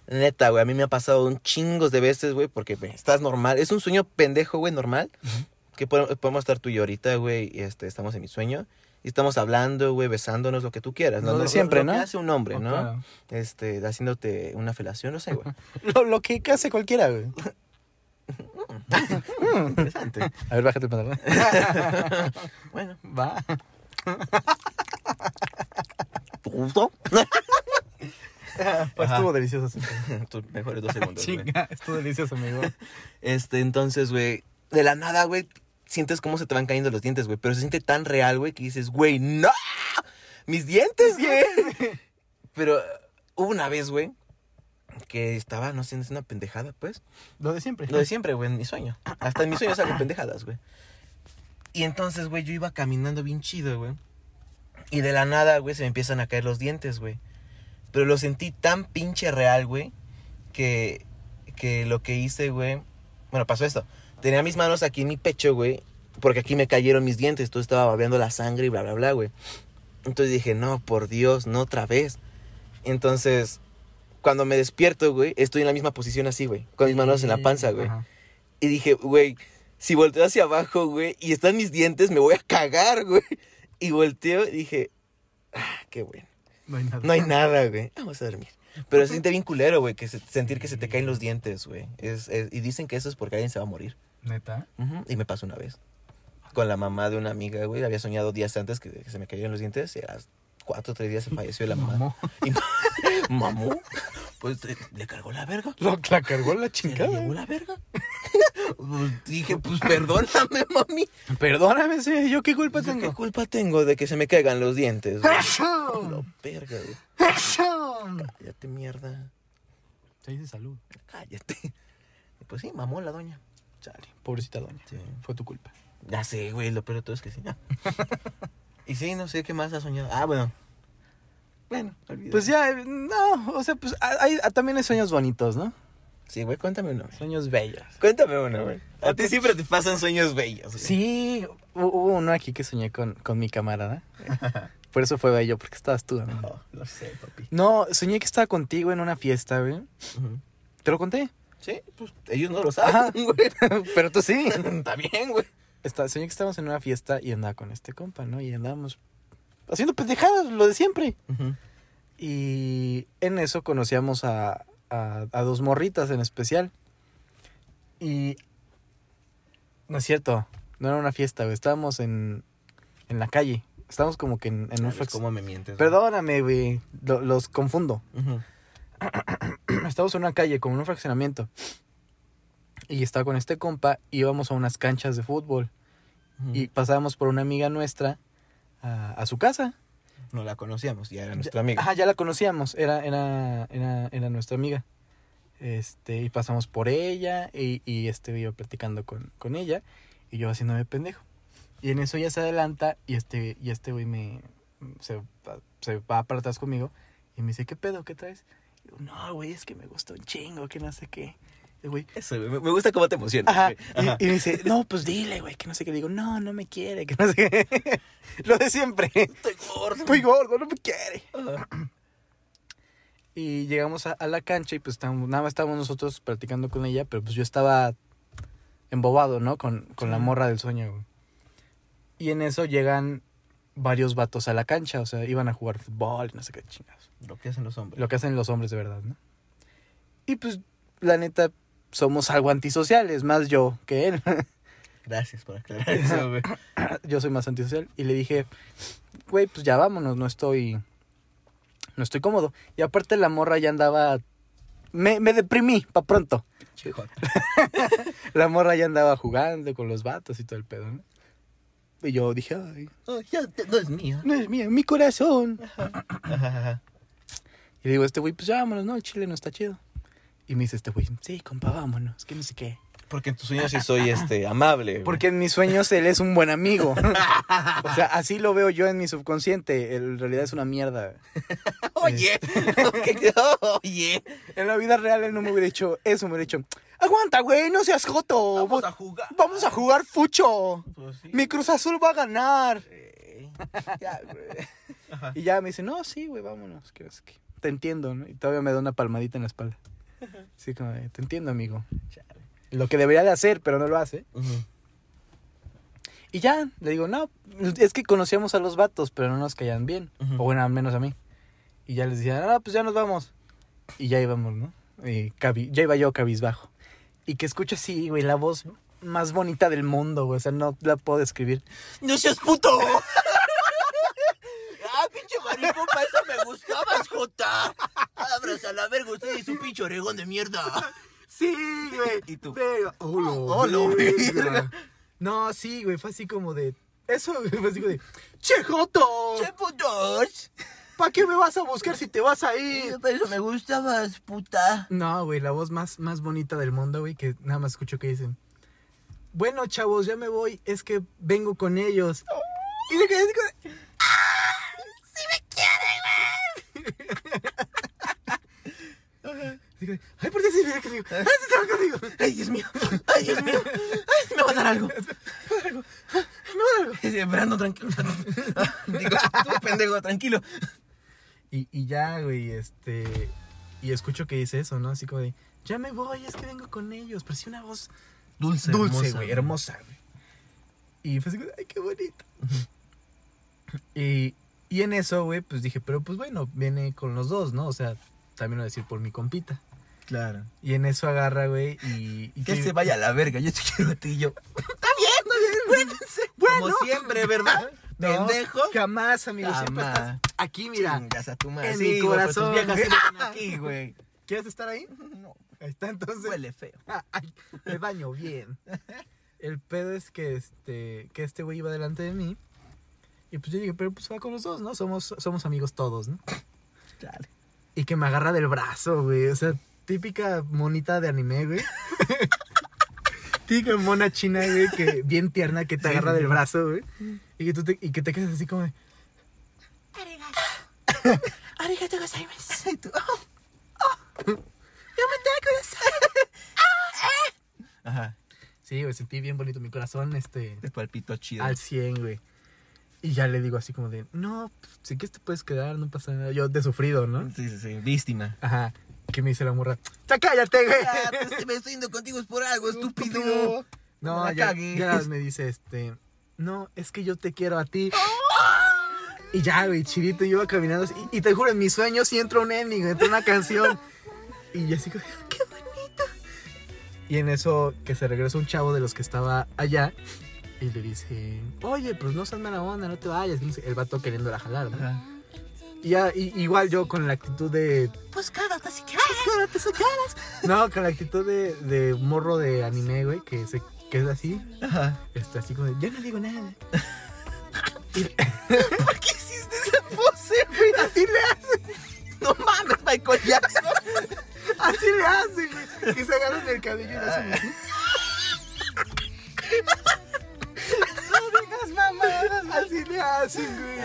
Speaker 6: Neta, güey, a mí me ha pasado un chingos de veces, güey, porque güey, estás normal. Es un sueño pendejo, güey, normal. Que pode- podemos estar tú y yo ahorita, güey, y este, estamos en mi sueño. Y estamos hablando, güey, besándonos, lo que tú quieras.
Speaker 5: Lo de siempre,
Speaker 6: lo que
Speaker 5: ¿no?
Speaker 6: hace un hombre,
Speaker 5: Oh,
Speaker 6: ¿no?
Speaker 5: claro.
Speaker 6: Este, haciéndote una felación, no sé, güey.
Speaker 5: Lo, lo que hace cualquiera, güey.
Speaker 6: Interesante.
Speaker 5: A ver, bájate el pantalón.
Speaker 6: Bueno.
Speaker 5: Va. Pues estuvo delicioso. sí.
Speaker 6: Tus mejores dos segundos, güey.
Speaker 5: Chinga, estuvo delicioso, amigo.
Speaker 6: Este, entonces, güey, de la nada, güey, sientes cómo se te van cayendo los dientes, güey, pero se siente tan real, güey, que dices, güey, no, mis dientes, güey. pero eh, hubo una vez, güey, que estaba, no sé, es una pendejada, pues,
Speaker 5: Lo de siempre.
Speaker 6: lo de siempre, güey, en mi sueño. Hasta en mi sueño salgo pendejadas, güey. Y entonces, güey, yo iba caminando bien chido, güey. Y de la nada, güey, se me empiezan a caer los dientes, güey. Pero lo sentí tan pinche real, güey, que, que lo que hice, güey... Bueno, pasó esto. Tenía mis manos aquí en mi pecho, güey, porque aquí me cayeron mis dientes. Todo estaba babeando la sangre y bla, bla, bla, güey. Entonces dije, no, por Dios, no otra vez. Entonces, cuando me despierto, güey, estoy en la misma posición así, güey. Con mis manos en la panza, güey.
Speaker 5: Ajá.
Speaker 6: Y dije, güey, si volteo hacia abajo, güey, y están mis dientes, me voy a cagar, güey. Y volteo y dije, ah, qué bueno.
Speaker 5: No hay nada.
Speaker 6: No hay nada, güey. Vamos a dormir. Pero se siente bien culero, güey, que se- sentir que se te caen los dientes, güey. Es- es- y dicen que eso es porque alguien se va a morir.
Speaker 5: Neta.
Speaker 6: Ujú, Y me pasó una vez. Con la mamá de una amiga, güey. Había soñado días antes que, que se me cayeron los dientes y a las cuatro o tres días se falleció la mamá.
Speaker 5: Mamó.
Speaker 6: Y- ¿Mamó? Pues eh, le cargó la verga.
Speaker 5: Lo, la cargó la
Speaker 6: ¿Se la llevó
Speaker 5: chingada.
Speaker 6: la verga? Pues Dije, pues perdóname, mami.
Speaker 5: Perdóname, sí, yo qué culpa
Speaker 6: ¿Qué
Speaker 5: tengo.
Speaker 6: culpa pues, tengo de que se me caigan los dientes? güey? La verga, güey. Cállate, mierda.
Speaker 5: Se dice salud.
Speaker 6: Cállate. Y Pues sí, mamó la doña.
Speaker 5: Chale, pobrecita doña.
Speaker 6: Sí.
Speaker 5: Fue tu culpa.
Speaker 6: Ya sé, güey, lo peor de todo es que sí. y sí, no sé qué más has soñado. Ah, bueno. Bueno, olvídalo.
Speaker 5: Pues ya, eh, no, o sea, pues a- hay, a- también hay sueños bonitos, ¿no?
Speaker 6: Sí, güey, cuéntame uno. güey.
Speaker 5: Sueños bellos.
Speaker 6: Cuéntame uno, güey. A ti siempre te pasan sueños bellos. güey.
Speaker 5: Sí, hu- hubo uno aquí que soñé con, con mi camarada. Por eso fue bello, porque estabas tú, amigo.
Speaker 6: No, lo sé, papi.
Speaker 5: No, soñé que estaba contigo en una fiesta, güey.
Speaker 6: Ujú.
Speaker 5: ¿Te lo conté?
Speaker 6: Sí, pues ellos no lo
Speaker 5: Ajá.
Speaker 6: saben, güey.
Speaker 5: Pero tú sí.
Speaker 6: Está bien, güey.
Speaker 5: Está- soñé que estábamos en una fiesta y andaba con este compa, ¿no? Y andábamos haciendo pendejadas, lo de siempre. Y en eso conocíamos a, a- a dos morritas en especial. Y... No es cierto, no era una fiesta, güey. Estábamos en, en la calle. Estábamos como que en, en un...
Speaker 6: No fue
Speaker 5: flex-
Speaker 6: como me mientes. güey?
Speaker 5: Perdóname, güey. lo- los confundo.
Speaker 6: Ujú.
Speaker 5: Estábamos en una calle, como en un fraccionamiento. Y estaba con este compa, íbamos a unas canchas de fútbol. Y pasábamos por una amiga nuestra a, a su casa.
Speaker 6: no la conocíamos, ya era nuestra amiga.
Speaker 5: Ajá, ya la conocíamos, era, era, era, era nuestra amiga. Este, y pasamos por ella, y, y este yo platicando con, con ella, y yo haciéndome pendejo. Y en eso ella se adelanta, y este, y este güey me se, va- se va para atrás conmigo y me dice, ¿qué pedo? ¿Qué traes? Y yo, no, güey, es que me gustó un chingo, que no sé qué. Y güey,
Speaker 6: Eso, güey, me me gusta cómo te emocionas.
Speaker 5: Ajá.
Speaker 6: güey.
Speaker 5: Y,
Speaker 6: Ajá.
Speaker 5: y me dice, no, pues dile, güey, que no sé qué. Le digo, no, no me quiere, que no sé qué. Lo de siempre.
Speaker 6: Estoy gordo.
Speaker 5: Estoy gordo, no me quiere.
Speaker 6: Ajá.
Speaker 5: Y llegamos a, a la cancha y pues estábamos- nada más estábamos nosotros practicando con ella, pero pues yo estaba embobado, ¿no? Con, con la morra del sueño, güey. Y en eso llegan varios vatos a la cancha, o sea, iban a jugar fútbol, no sé qué chingados.
Speaker 6: Lo que hacen los hombres.
Speaker 5: Lo que hacen los hombres de verdad, ¿no? Y pues, la neta, somos algo antisociales, más yo que él.
Speaker 6: Gracias por aclarar eso, güey.
Speaker 5: yo soy más antisocial y le dije, güey, pues ya vámonos, no estoy, no estoy cómodo. Y aparte la morra ya andaba, me, me deprimí, pa' pronto.
Speaker 6: Chijote.
Speaker 5: La morra ya andaba jugando con los vatos y todo el pedo, ¿no? Y yo dije, ay,
Speaker 6: Oh, ya te- no es mío.
Speaker 5: no es mía, mi corazón.
Speaker 6: Ajá, ajá.
Speaker 5: Y le digo, este güey, pues ya vámonos, no, el chile no está chido. Y me dice este güey, sí, compa, vámonos, que no sé qué.
Speaker 6: Porque en tus sueños sí soy este amable. güey.
Speaker 5: Porque en mis sueños él es un buen amigo. o sea, así lo veo yo en mi subconsciente. Él en realidad es una mierda.
Speaker 6: Oye, oye.
Speaker 5: En la vida real él no me hubiera dicho eso, me hubiera dicho, aguanta, güey, no seas joto.
Speaker 6: Vamos
Speaker 5: Vo-
Speaker 6: a jugar.
Speaker 5: Vamos a jugar fucho.
Speaker 6: Pues sí.
Speaker 5: Mi Cruz Azul va a ganar.
Speaker 6: Ya, güey.
Speaker 5: Y ya me dice, no, sí, güey, vámonos. Que, es que te entiendo, ¿no? Y todavía me da una palmadita en la espalda. Así como, de, te entiendo, amigo. Lo que debería de hacer, pero no lo hace.
Speaker 6: Ujú.
Speaker 5: Y ya, le digo, no, es que conocíamos a los vatos, pero no nos caían bien.
Speaker 6: Ujú.
Speaker 5: O bueno, al menos a mí. Y ya les decía, no, pues ya nos vamos. Y ya íbamos, ¿no? Y cabi- ya iba yo cabizbajo. Y que escucho así, güey, la voz más bonita del mundo, güey. O sea, no la puedo describir.
Speaker 6: ¡No seas puto! ¡Ah, pinche maricón! Para eso me gustabas, Jota. Abras a la verga usted y su pinche oregón de mierda.
Speaker 5: Sí, güey.
Speaker 6: ¿Y tú?
Speaker 5: Pero,
Speaker 6: Oh, lo verga.
Speaker 5: No, sí, güey, fue así como de... Eso, güey, fue así como de... ¡Che, Joto!
Speaker 6: putos!
Speaker 5: ¿Para qué me vas a buscar si te vas a ir?
Speaker 6: Para eso me gustabas, puta.
Speaker 5: No, güey, la voz más, más bonita del mundo, güey, que nada más escucho que dicen. Bueno, chavos, ya me voy, es que vengo con ellos. Y le quedé así como de, ¡Ah! ¡Sí me quiere, güey! Ay, ¿por qué se viene conmigo? ¡Ay, sí se va conmigo!
Speaker 6: ¡Ay, Dios mío! ¡Ay, Dios mío! ¡Ay, me va a dar algo!
Speaker 5: ¡No, no, no!
Speaker 6: Dice, Brando, tranquilo. Digo, tú, pendejo, tranquilo.
Speaker 5: Y, y ya, güey, este. Y escucho que dice eso, ¿no? Así como de, ya me voy, es que vengo con ellos. Pero sí, una voz
Speaker 6: Dulce,
Speaker 5: dulce, güey, hermosa, güey. Y fue así, como, ay, qué bonito. y, y en eso, güey, pues dije, pero pues bueno, viene con los dos, ¿no? O sea, también lo voy a decir por mi compita.
Speaker 6: Claro.
Speaker 5: Y en eso agarra, güey, y... y
Speaker 6: Que
Speaker 5: que-
Speaker 6: se vaya a la verga, yo te quiero a ti y yo. Está bien, está bien, cuídense. Como siempre, ¿verdad?
Speaker 5: No,
Speaker 6: Pendejo.
Speaker 5: Jamás, amigo, siempre
Speaker 6: Jamás.
Speaker 5: estás aquí, mira.
Speaker 6: Chingas a tu madre.
Speaker 5: en
Speaker 6: Sí,
Speaker 5: mi
Speaker 6: güey, pero
Speaker 5: corazón.
Speaker 6: Tus viejas siempre están aquí, güey.
Speaker 5: ¿Quieres estar ahí?
Speaker 6: No,
Speaker 5: Ahí está, entonces...
Speaker 6: huele feo.
Speaker 5: Ay, me baño bien. El pedo es que este, que este güey iba delante de mí. Y pues yo dije, pero pues va con los dos, ¿no? Somos, somos amigos todos, ¿no?
Speaker 6: Claro.
Speaker 5: Y que me agarra del brazo, güey. O sea, típica monita de anime, güey. típica mona china, güey, que bien tierna, que te agarra del brazo, güey. Y que, tú te, y que te quedas así como de...
Speaker 6: Ajá.
Speaker 5: Sí, güey, sentí bien bonito mi corazón, este...
Speaker 6: Te palpito chido.
Speaker 5: Al 100, güey. Y ya le digo así como de... No, pues, si quieres te puedes quedar, no pasa nada. Yo de sufrido, ¿no?
Speaker 6: Sí, sí, sí. Víctima.
Speaker 5: Ajá. ¿Qué me dice la morra? ¡Ya cállate, güey!
Speaker 6: me Ah, estoy yendo contigo es por algo,
Speaker 5: Estúpido. No,
Speaker 6: la
Speaker 5: ya,
Speaker 6: cagues.
Speaker 5: ya me dice este. No, es que yo te quiero a ti. Y ya, güey, chirito, yo iba caminando. así, Y, y te juro, en mis sueños sí entra un ending, entra una canción. Y yo así, como, ¡qué bonito! Y en eso, que se regresa un chavo de los que estaba allá. Y le dice, oye, pues no seas mala onda, no te vayas. Y dice, El vato queriéndola jalar, ¿no?
Speaker 6: Ajá.
Speaker 5: Y ya, y- igual yo con la actitud de
Speaker 3: Pues cállate si quieres.
Speaker 5: No, con la actitud de, de morro de anime, güey, que, se, que es así.
Speaker 6: Ajá.
Speaker 5: Está así como de, yo no digo nada.
Speaker 6: ¿Por qué hiciste esa pose, güey? Así le haces. No mames, Michael Jackson.
Speaker 5: Así le hace, güey. Que se agarran del cabello y le hacen así. No digas mamadas, así le hacen, güey.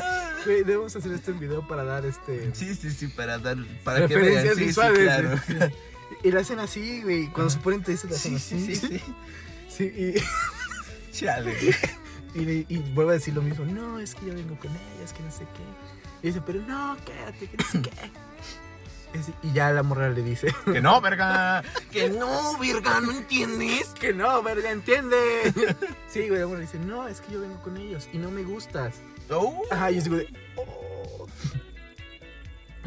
Speaker 5: Güey, debemos hacer esto en video para dar este.
Speaker 6: Sí, sí, sí, para dar. Para que
Speaker 5: Referencias
Speaker 6: vean. Sí,
Speaker 5: visuales,
Speaker 6: Sí, claro.
Speaker 5: Y le hacen así, güey. Cuando se ponen tristes, le hacen
Speaker 6: Sí,
Speaker 5: así.
Speaker 6: sí, sí, sí.
Speaker 5: Sí, y.
Speaker 6: Chale.
Speaker 5: Y, le- y vuelve a decir lo mismo, no, es que yo vengo con ella, es que no sé qué. Y dice, pero no, quédate, que no sé qué. Y dice- Y ya la morra le dice,
Speaker 6: Que no, verga. Que no, verga, ¿no entiendes?
Speaker 5: que no, verga, entiende. sí, güey, la morra le dice, no, es que yo vengo con ellos y no me gustas.
Speaker 6: Oh.
Speaker 5: Ajá, y yo digo, de, "Oh".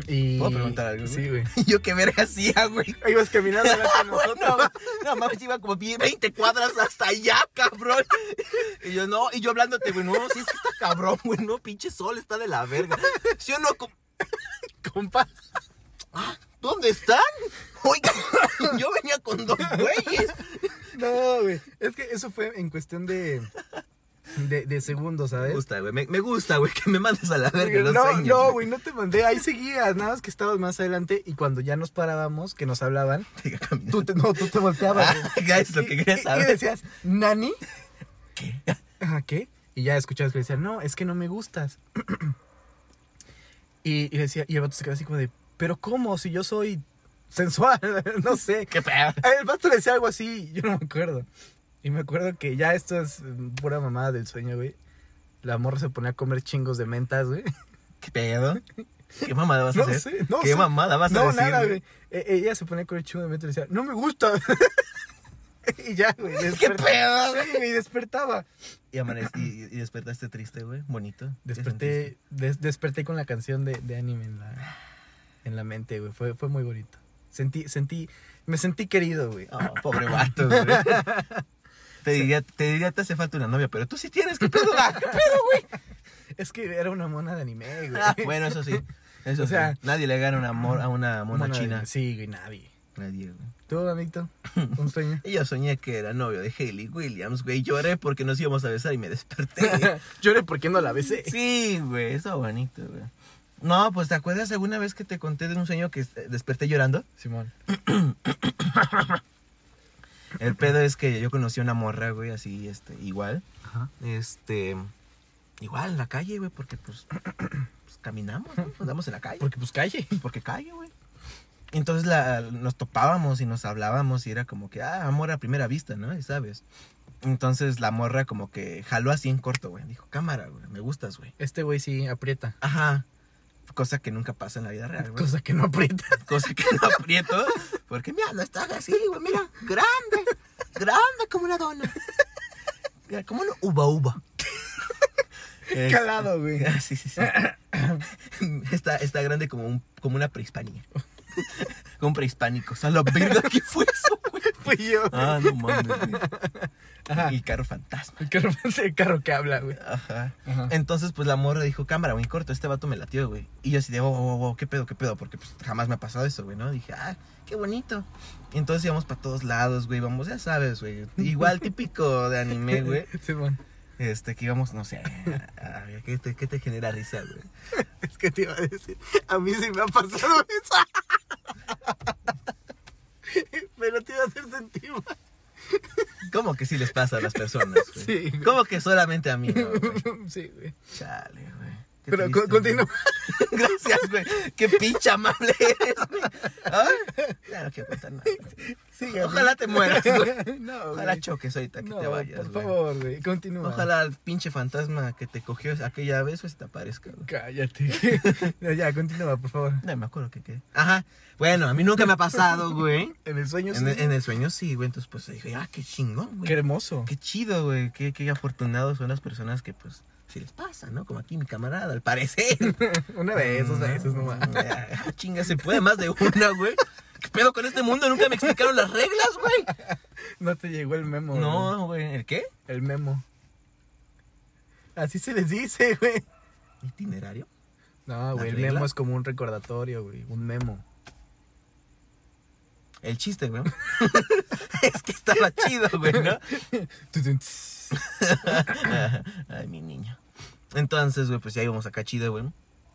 Speaker 5: Y...
Speaker 6: ¿Puedo preguntar algo, güey?
Speaker 5: Sí, güey.
Speaker 6: Yo qué verga hacía, güey.
Speaker 5: Ahí vas caminando delante de nosotros.
Speaker 6: No mames, iba como bien 20 cuadras hasta allá, cabrón. Y yo no, y yo hablándote, güey, no, sí es que está cabrón, güey, no, pinche sol está de la verga. ¿Sí o no? Com- ah,
Speaker 5: Compa.
Speaker 6: ¿Dónde están? Oiga, yo venía con dos güeyes.
Speaker 5: No, güey. Es que eso fue en cuestión de. de, de segundo,
Speaker 6: Me
Speaker 5: ¿sabes?
Speaker 6: gusta, güey. Me, me gusta, güey, que me mandes a la verga los
Speaker 5: No,
Speaker 6: sueños,
Speaker 5: no, güey, no te mandé. Ahí seguías, nada más que estabas más adelante y cuando ya nos parábamos, que nos hablaban,
Speaker 6: Sigue caminando.
Speaker 5: tú te, no, tú te volteabas.
Speaker 6: Ah, ya es lo que quería
Speaker 5: Y- y-
Speaker 6: saber.
Speaker 5: Y decías, ¿Nani? ¿Qué? ¿Qué? Y ya escuchabas que decían, no, es que no me gustas. y, y decía, y el vato se quedó así como de, ¿pero cómo? Si yo soy sensual, no sé.
Speaker 6: Qué pedo.
Speaker 5: El vato le decía algo así, yo no me acuerdo. Y me acuerdo que ya esto es mm, pura mamada del sueño, güey. La morra se ponía a comer chingos de mentas, güey.
Speaker 6: ¿Qué pedo? ¿Qué mamada vas a
Speaker 5: No
Speaker 6: hacer?
Speaker 5: sé, no
Speaker 6: ¿Qué
Speaker 5: sé.
Speaker 6: mamada vas a
Speaker 5: No,
Speaker 6: decir?
Speaker 5: nada, güey. E- ella se ponía a comer chingo de mentas y decía, no me gusta. y ya, güey.
Speaker 6: ¿Qué
Speaker 5: despertaba.
Speaker 6: pedo, güey?
Speaker 5: Sí, güey, despertaba.
Speaker 6: Y, amanec- y, y despertaste triste, güey. Bonito. ¿Qué
Speaker 5: Desperté, des- desperté con la canción de, de anime en la, en la mente, güey. Fue, fue muy bonito. Sentí, sentí, me sentí querido, güey.
Speaker 6: sentiste? Oh, pobre vato, güey. Te diría, te diría, te hace falta una novia, pero tú sí tienes, ¿qué pedo? Ah, ¿Qué pedo, güey?
Speaker 5: Es que era una mona de anime, güey.
Speaker 6: Ah, bueno, eso sí. Eso
Speaker 5: O sea-
Speaker 6: sí. Nadie le gana un amor a una mona,
Speaker 5: de-
Speaker 6: china.
Speaker 5: Sí, güey, nadie.
Speaker 6: Nadie, güey.
Speaker 5: ¿Tú, amito? ¿Un sueño?
Speaker 6: Y yo soñé que era novio de Hayley Williams, güey. Lloré porque nos íbamos a besar y me desperté.
Speaker 5: Lloré porque no la besé.
Speaker 6: Sí, güey, eso bonito, güey. No, pues ¿te acuerdas alguna vez que te conté de un sueño que eh, desperté llorando?
Speaker 5: Simón.
Speaker 6: El pedo es que yo conocí a una morra, güey, así, este, igual.
Speaker 5: Ajá.
Speaker 6: Este, igual en la calle, güey, porque pues, pues, caminamos, ¿no? Andamos en la calle.
Speaker 5: Porque pues calle.
Speaker 6: Porque calle, güey. Entonces la- nos topábamos y nos hablábamos y era como que, ah, amor a primera vista, ¿no? Y sabes. Entonces la morra como que jaló así en corto, güey. Dijo, cámara, güey, me gustas, güey.
Speaker 5: Este güey sí aprieta.
Speaker 6: Ajá. Cosa que nunca pasa en la vida real, güey.
Speaker 5: Cosa que no aprieta.
Speaker 6: Cosa que no aprieto. Porque mira, no está así, güey. Mira, grande. Grande como una dona. Mira, como una uva uva.
Speaker 5: Calado, güey.
Speaker 6: Ah, sí, sí, sí. Está, está grande como, un, como una prehispanía. Como un prehispánico. O sea, la verga que fue eso, güey.
Speaker 5: Fui yo.
Speaker 6: Ah, no mames. güey.
Speaker 5: Ajá.
Speaker 6: El carro fantasma.
Speaker 5: El carro, el carro que habla, güey.
Speaker 6: Ajá.
Speaker 5: Ajá.
Speaker 6: Entonces, pues la morra dijo, cámara, güey, corto, este vato me latió, güey. Y yo así de, oh, oh, oh, qué pedo, qué pedo, porque pues jamás me ha pasado eso, güey, ¿no? Dije, ah, qué bonito. Y entonces íbamos para todos lados, güey, vamos, ya sabes, güey. Igual típico de anime, güey.
Speaker 5: Simón.
Speaker 6: Este, que íbamos, no sé, a, a ver, ¿qué te, qué te genera risa, güey?
Speaker 5: Es que te iba a decir, a mí sí me ha pasado eso. Pero te iba a hacer sentir mal.
Speaker 6: ¿Cómo que sí les pasa a las personas, güey?
Speaker 5: Sí, güey.
Speaker 6: ¿Cómo que solamente a mí, no, güey?
Speaker 5: Sí, güey.
Speaker 6: Chale, güey. Qué
Speaker 5: Pero
Speaker 6: triste,
Speaker 5: co- continúa.
Speaker 6: güey. Gracias, güey. Qué pinche amable eres, güey. Ay, ya no quiero contar nada. güey.
Speaker 5: Sigue,
Speaker 6: Ojalá te mueras, güey.
Speaker 5: No, güey.
Speaker 6: Ojalá choques ahorita que
Speaker 5: No,
Speaker 6: te vayas,
Speaker 5: Por
Speaker 6: güey.
Speaker 5: favor, güey. Continúa.
Speaker 6: Ojalá el pinche fantasma que te cogió aquella vez, pues, te aparezca, güey.
Speaker 5: Cállate. No, ya, continúa, por favor.
Speaker 6: No me acuerdo que qué. Ajá. Bueno, a mí nunca me ha pasado, güey.
Speaker 5: En el sueño
Speaker 6: En,
Speaker 5: sí.
Speaker 6: el- en el sueño sí, güey. Entonces, pues dije, ah, qué chingón, güey.
Speaker 5: Qué hermoso.
Speaker 6: Qué chido, güey. Qué, qué afortunados son las personas que, pues, si les pasa, ¿no? Como aquí mi camarada, al parecer.
Speaker 5: Una vez, dos veces nomás.
Speaker 6: Ah, Chinga, se puede más de una, güey. ¿Qué pedo con este mundo? Nunca me explicaron las reglas, güey.
Speaker 5: No te llegó el memo. güey.
Speaker 6: No, güey. ¿El qué?
Speaker 5: El memo. Así se les dice, güey.
Speaker 6: ¿Itinerario?
Speaker 5: No, güey, el
Speaker 6: regla?
Speaker 5: memo es como un recordatorio, güey. Un memo.
Speaker 6: El chiste, güey. es que estaba chido, güey, ¿no?
Speaker 5: Tutun, tss.
Speaker 6: Ay, mi niño. Entonces, güey, pues ya íbamos acá chido, güey.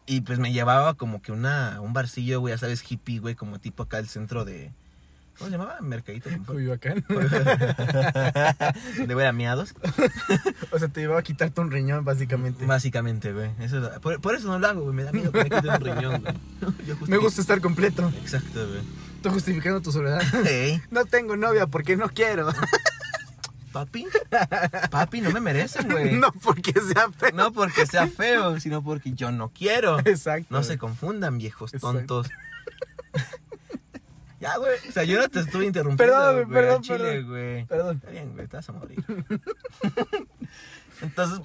Speaker 6: Y pues me llevaba como que una, un barcillo, güey, ya sabes, hippie, güey, como tipo acá el centro de. ¿Cómo se llamaba? Mercadito. a lo mejor.
Speaker 5: Coyoacán.
Speaker 6: de güey, a miados.
Speaker 5: O sea, te llevaba a quitarte un riñón, básicamente.
Speaker 6: Básicamente, güey. Eso es- por, por eso no lo hago, güey. Me da miedo que me quite un riñón, güey. Yo justifico-
Speaker 5: Me gusta estar completo.
Speaker 6: Exacto, güey.
Speaker 5: Estoy justificando tu soledad.
Speaker 6: Ey,
Speaker 5: No tengo novia porque no quiero.
Speaker 6: papi. Papi, no me merecen, güey.
Speaker 5: No porque sea feo.
Speaker 6: No porque sea feo, sino porque yo no quiero.
Speaker 5: Exacto.
Speaker 6: No se confundan, viejos
Speaker 5: Exacto.
Speaker 6: tontos. ya, güey. O sea, yo no te estuve interrumpiendo.
Speaker 5: Perdón,
Speaker 6: güey,
Speaker 5: perdón,
Speaker 6: al Chile,
Speaker 5: perdón.
Speaker 6: güey.
Speaker 5: Perdón.
Speaker 6: Está bien, güey, te vas a morir. Entonces,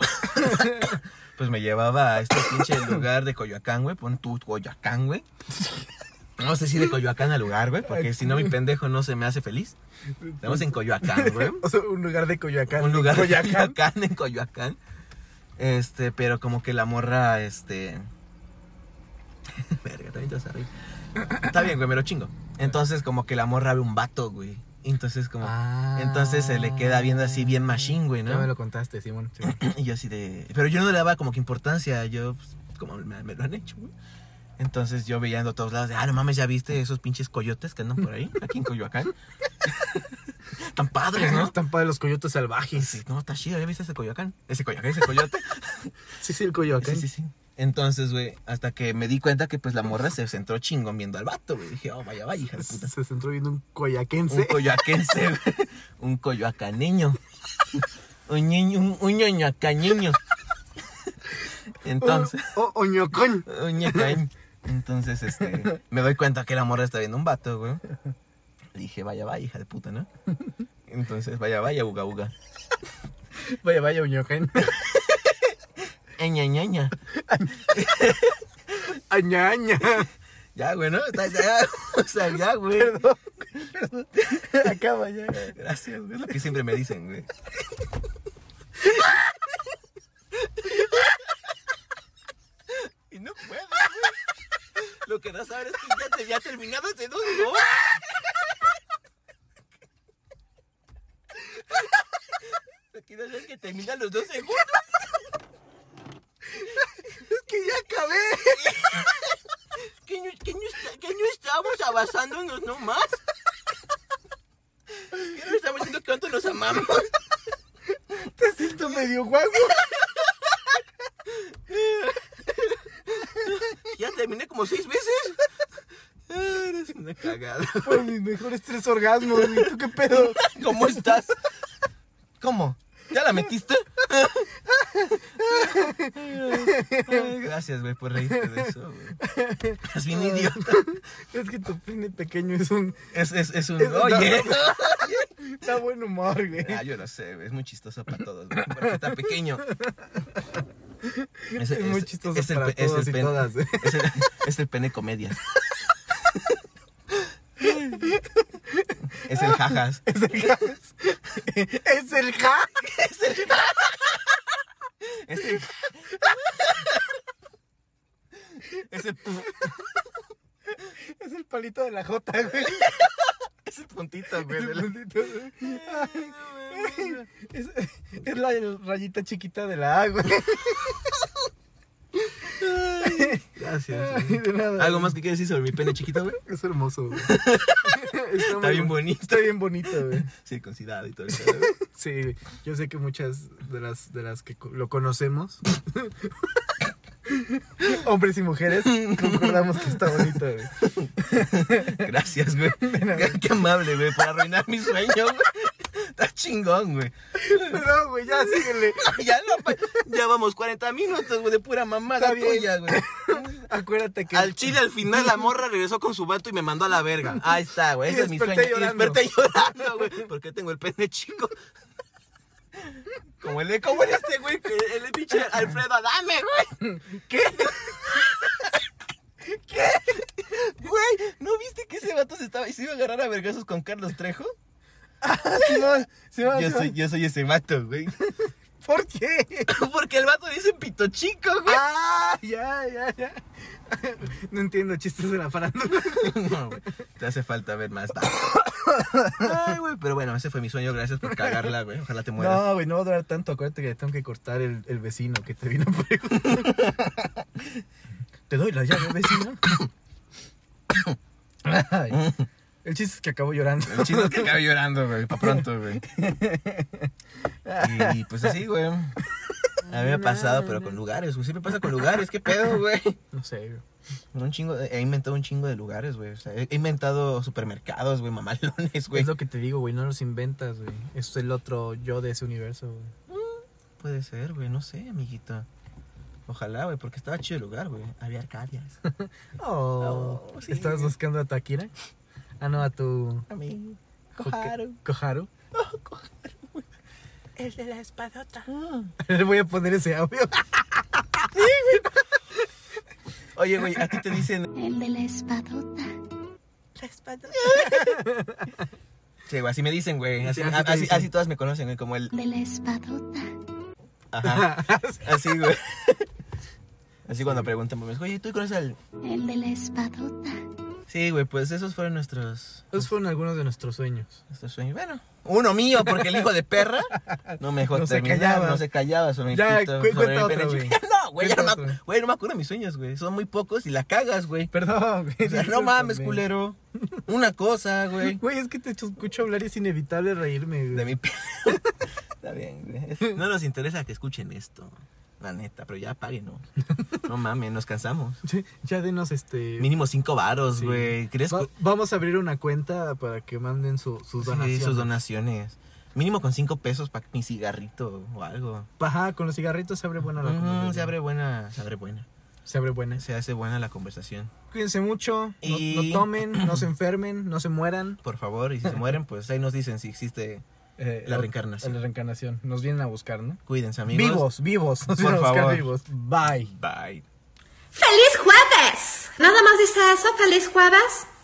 Speaker 6: pues me llevaba a este pinche lugar de Coyoacán, güey. Pon tu Coyoacán, güey. No sé si de Coyoacán al lugar, güey, porque si no mi pendejo no se me hace feliz. Estamos en Coyoacán, güey.
Speaker 5: O sea, un lugar de Coyoacán.
Speaker 6: Un lugar de
Speaker 5: Coyoacán.
Speaker 6: Coyoacán, en Coyoacán. Este, pero como que la morra, este. Verga, también te vas a reír. Está bien, güey, me lo chingo. Entonces, como que la morra ve un vato, güey. Y entonces como...
Speaker 5: Ah.
Speaker 6: entonces se le queda viendo así bien machine, güey, ¿no?
Speaker 5: Ya me lo contaste, Simón. sí.
Speaker 6: Y yo así de... Pero yo no le daba como que importancia, yo pues, como me, me lo han hecho, güey. Entonces yo veía en todos lados de, ah, no mames, ¿ya viste esos pinches coyotes que andan por ahí? Aquí en Coyoacán. Tan padres, ¿no?
Speaker 5: Están para los coyotes
Speaker 6: Y
Speaker 5: salvajes.
Speaker 6: sí, no, está chido, ¿ya viste ese Coyoacán? Ese Coyoacán, ese coyote.
Speaker 5: Sí, sí, el coyoacán.
Speaker 6: Sí, sí, sí. Entonces, güey, hasta que me di cuenta que pues la morra se centró chingón viendo al vato, güey. Dije, oh, vaya, vaya, hija de puta.
Speaker 5: Se centró viendo un
Speaker 6: Un
Speaker 5: coyaquense.
Speaker 6: coyoaquense, güey. Un coyoacaneño. Un niño, un, un ñoñoacaneño. Entonces,
Speaker 5: O, o- oñocón.
Speaker 6: un ñacañ. Entonces, este, me doy cuenta que la morra está viendo un vato, güey. Dije, vaya, vaya, hija de puta, ¿no? Entonces, vaya, vaya, uga, uga.
Speaker 5: Vaya, vaya, oñocán.
Speaker 6: Ña, ña, ña.
Speaker 5: Añaña.
Speaker 6: Ya, güey, ¿no? Está- ya, o sea, ya, güey.
Speaker 5: Acaba ya.
Speaker 6: Gracias, güey. Es lo que siempre me dicen, güey. Y no puedo, güey. Lo que no sabes es que ya te había terminado ese dos, ¿no? Lo que no sabes es que terminan los dos segundos. Es que ya acabé. Que no, que no está- que no estábamos avanzándonos nomás. Que no estamos diciendo que cuánto nos amamos.
Speaker 5: Te siento medio guapo.
Speaker 6: Ya terminé como seis veces. Ah, Eres una cagada.
Speaker 5: Por mis mejores tres orgasmos. ¿Y tú qué pedo?
Speaker 6: ¿Cómo estás? ¿Cómo? ¿Ya la metiste? Ay, Gracias, güey, por reírte de eso, güey. Es bien idiota.
Speaker 5: Es que tu pene pequeño es un.
Speaker 6: Es, es, es un.
Speaker 5: Es- no,
Speaker 6: Oye.
Speaker 5: no, Da buen humor, güey.
Speaker 6: Ah, yo lo sé, güey. Es muy chistoso para todos, güey. Porque está pequeño.
Speaker 5: Es muy chistoso para
Speaker 6: pe-
Speaker 5: todos y
Speaker 6: pene-
Speaker 5: todas, eh.
Speaker 6: Es el, es el pene comedia. Es el jajas.
Speaker 5: Es el gas. Es el ja.
Speaker 6: Es el... Es el, pu-
Speaker 5: Es el palito de la J, güey.
Speaker 6: es el puntito, güey.
Speaker 5: Es, el
Speaker 6: de la-
Speaker 5: puntito, güey. Es- es la rayita chiquita de la A, güey.
Speaker 6: Gracias.
Speaker 5: Ay, de nada.
Speaker 6: ¿Algo más que quieres decir sobre mi pene chiquito, güey?
Speaker 5: Es hermoso, güey.
Speaker 6: Está
Speaker 5: muy
Speaker 6: bien
Speaker 5: bon-
Speaker 6: bonito.
Speaker 5: Está bien bonito, güey.
Speaker 6: Circuncidado y todo eso. güey.
Speaker 5: Sí, güey. yo sé que muchas de las, de las que co- lo conocemos, hombres y mujeres, concordamos que está bonito, güey.
Speaker 6: Gracias, güey. Qué, qué amable, güey, por arruinar mi sueño, güey. Está chingón, güey.
Speaker 5: Perdón, güey, ya síguele.
Speaker 6: Ya, no, pa- ya vamos 40 minutos, güey, de pura mamada
Speaker 5: Está bien.
Speaker 6: tuya, güey.
Speaker 5: Acuérdate que.
Speaker 6: Al chile, al final, la morra regresó con su vato y me mandó a la verga. Ahí está, güey. Ese
Speaker 5: Y
Speaker 6: es mi sueño.
Speaker 5: desperté llorando.
Speaker 6: Y desperté llorando, güey. Porque tengo el pene chico. Como el de, como el este, güey. que El de pinche Alfredo Adame, güey. ¿Qué? ¿Qué? Güey, ¿no viste que ese vato se, estaba, se iba a agarrar a vergazos con Carlos Trejo?
Speaker 5: Simón, Simón,
Speaker 6: Yo
Speaker 5: Simón.
Speaker 6: soy, yo soy ese vato, güey.
Speaker 5: ¿Por qué?
Speaker 6: Porque el vato dice pito chico, güey.
Speaker 5: Ah, ya, ya, ya. No entiendo chistes de la farándula.
Speaker 6: No, güey. Te hace falta ver más. Ay, güey. Pero bueno, ese fue mi sueño. Gracias por cagarla, güey. Ojalá te mueras.
Speaker 5: No, güey, no va a durar tanto. Acuérdate que tengo que cortar el, el vecino que te vino a preguntar. ¿Te doy la llave, vecino? Ay, el chiste es que acabo llorando.
Speaker 6: El chiste es que acabo llorando, güey. Pa' pronto, güey. Y pues así, güey. A mí me ha pasado, pero con lugares, güey. Siempre pasa con lugares. ¿Qué pedo, güey?
Speaker 5: No sé, güey.
Speaker 6: Con Un chingo, de- he inventado un chingo de lugares, güey. O sea, he he inventado supermercados, güey, mamalones, güey.
Speaker 5: Es lo que te digo, güey, no los inventas, güey. Es el otro yo de ese universo, güey.
Speaker 6: Puede ser, güey. No sé, amiguito. Ojalá, güey, porque estaba chido el lugar, güey. Había arcadias.
Speaker 5: Oh,
Speaker 6: Oh, sí.
Speaker 5: ¿Estabas buscando a Takira? Ah, no, a tu...
Speaker 6: A mí.
Speaker 5: Koharu. ¿Koharu?
Speaker 6: El de la espadota.
Speaker 5: Le voy a poner ese audio.
Speaker 6: Oye, güey, a ti te dicen.
Speaker 2: El de la espadota.
Speaker 6: Sí, güey, así me dicen, güey. Así,
Speaker 5: Sí, así
Speaker 6: a-
Speaker 5: te
Speaker 6: así-
Speaker 5: dicen.
Speaker 6: así todas me conocen, güey, como el.
Speaker 2: De la espadota.
Speaker 6: Ajá. Así, güey. Así cuando preguntan, mames, oye, ¿tú pues, conoces al
Speaker 2: El de la espadota.
Speaker 6: Sí, güey, pues esos fueron nuestros,
Speaker 5: Esos fueron algunos de nuestros sueños.
Speaker 6: nuestros sueños. Bueno, uno mío, porque el hijo de perra no me dejó
Speaker 5: No se
Speaker 6: terminar,
Speaker 5: callaba.
Speaker 6: no se callaba sobre
Speaker 5: Ya,
Speaker 6: mi pito,
Speaker 5: cu-
Speaker 6: sobre
Speaker 5: cuenta
Speaker 6: mi pene
Speaker 5: otro,
Speaker 6: chiquito. No, güey, ya no,
Speaker 5: Cuenta
Speaker 6: me
Speaker 5: otro.
Speaker 6: ac- güey, no me acuerdo de mis sueños, güey. Son muy pocos y la cagas, güey.
Speaker 5: Perdón, güey.
Speaker 6: O sea, no
Speaker 5: discúlpame.
Speaker 6: mames, culero. Una cosa, güey.
Speaker 5: Güey, es que te escucho hablar y es inevitable reírme, güey.
Speaker 6: De mi p- Está bien, güey. No nos interesa que escuchen esto. La neta, pero ya páguenos. No mames, nos cansamos.
Speaker 5: Ya denos este...
Speaker 6: Mínimo cinco varos,
Speaker 5: Sí.
Speaker 6: güey. ¿Crees
Speaker 5: Va- vamos a abrir una cuenta para que manden su- sus
Speaker 6: Sí,
Speaker 5: donaciones.
Speaker 6: sus donaciones. Mínimo con cinco pesos para mi cigarrito o algo.
Speaker 5: Ajá, con los cigarritos se abre buena Ah, la
Speaker 6: Mm,
Speaker 5: conversación.
Speaker 6: se abre buena, se abre buena.
Speaker 5: Se abre buena.
Speaker 6: Se hace buena la conversación.
Speaker 5: Cuídense mucho, no-
Speaker 6: Y-
Speaker 5: no, tomen, no se enfermen, no se mueran.
Speaker 6: Por favor, y si se mueren, pues ahí nos dicen si existe. Eh, La
Speaker 5: o-
Speaker 6: reencarnación.
Speaker 5: Eh, La reencarnación. Nos vienen a buscar, ¿no?
Speaker 6: Cuídense, amigos.
Speaker 5: Vivos, vivos. Nos
Speaker 6: Por
Speaker 5: vienen a buscar
Speaker 6: favor.
Speaker 5: vivos. Bye.
Speaker 6: Bye.
Speaker 7: ¡Feliz jueves! Nada más dice eso, feliz jueves.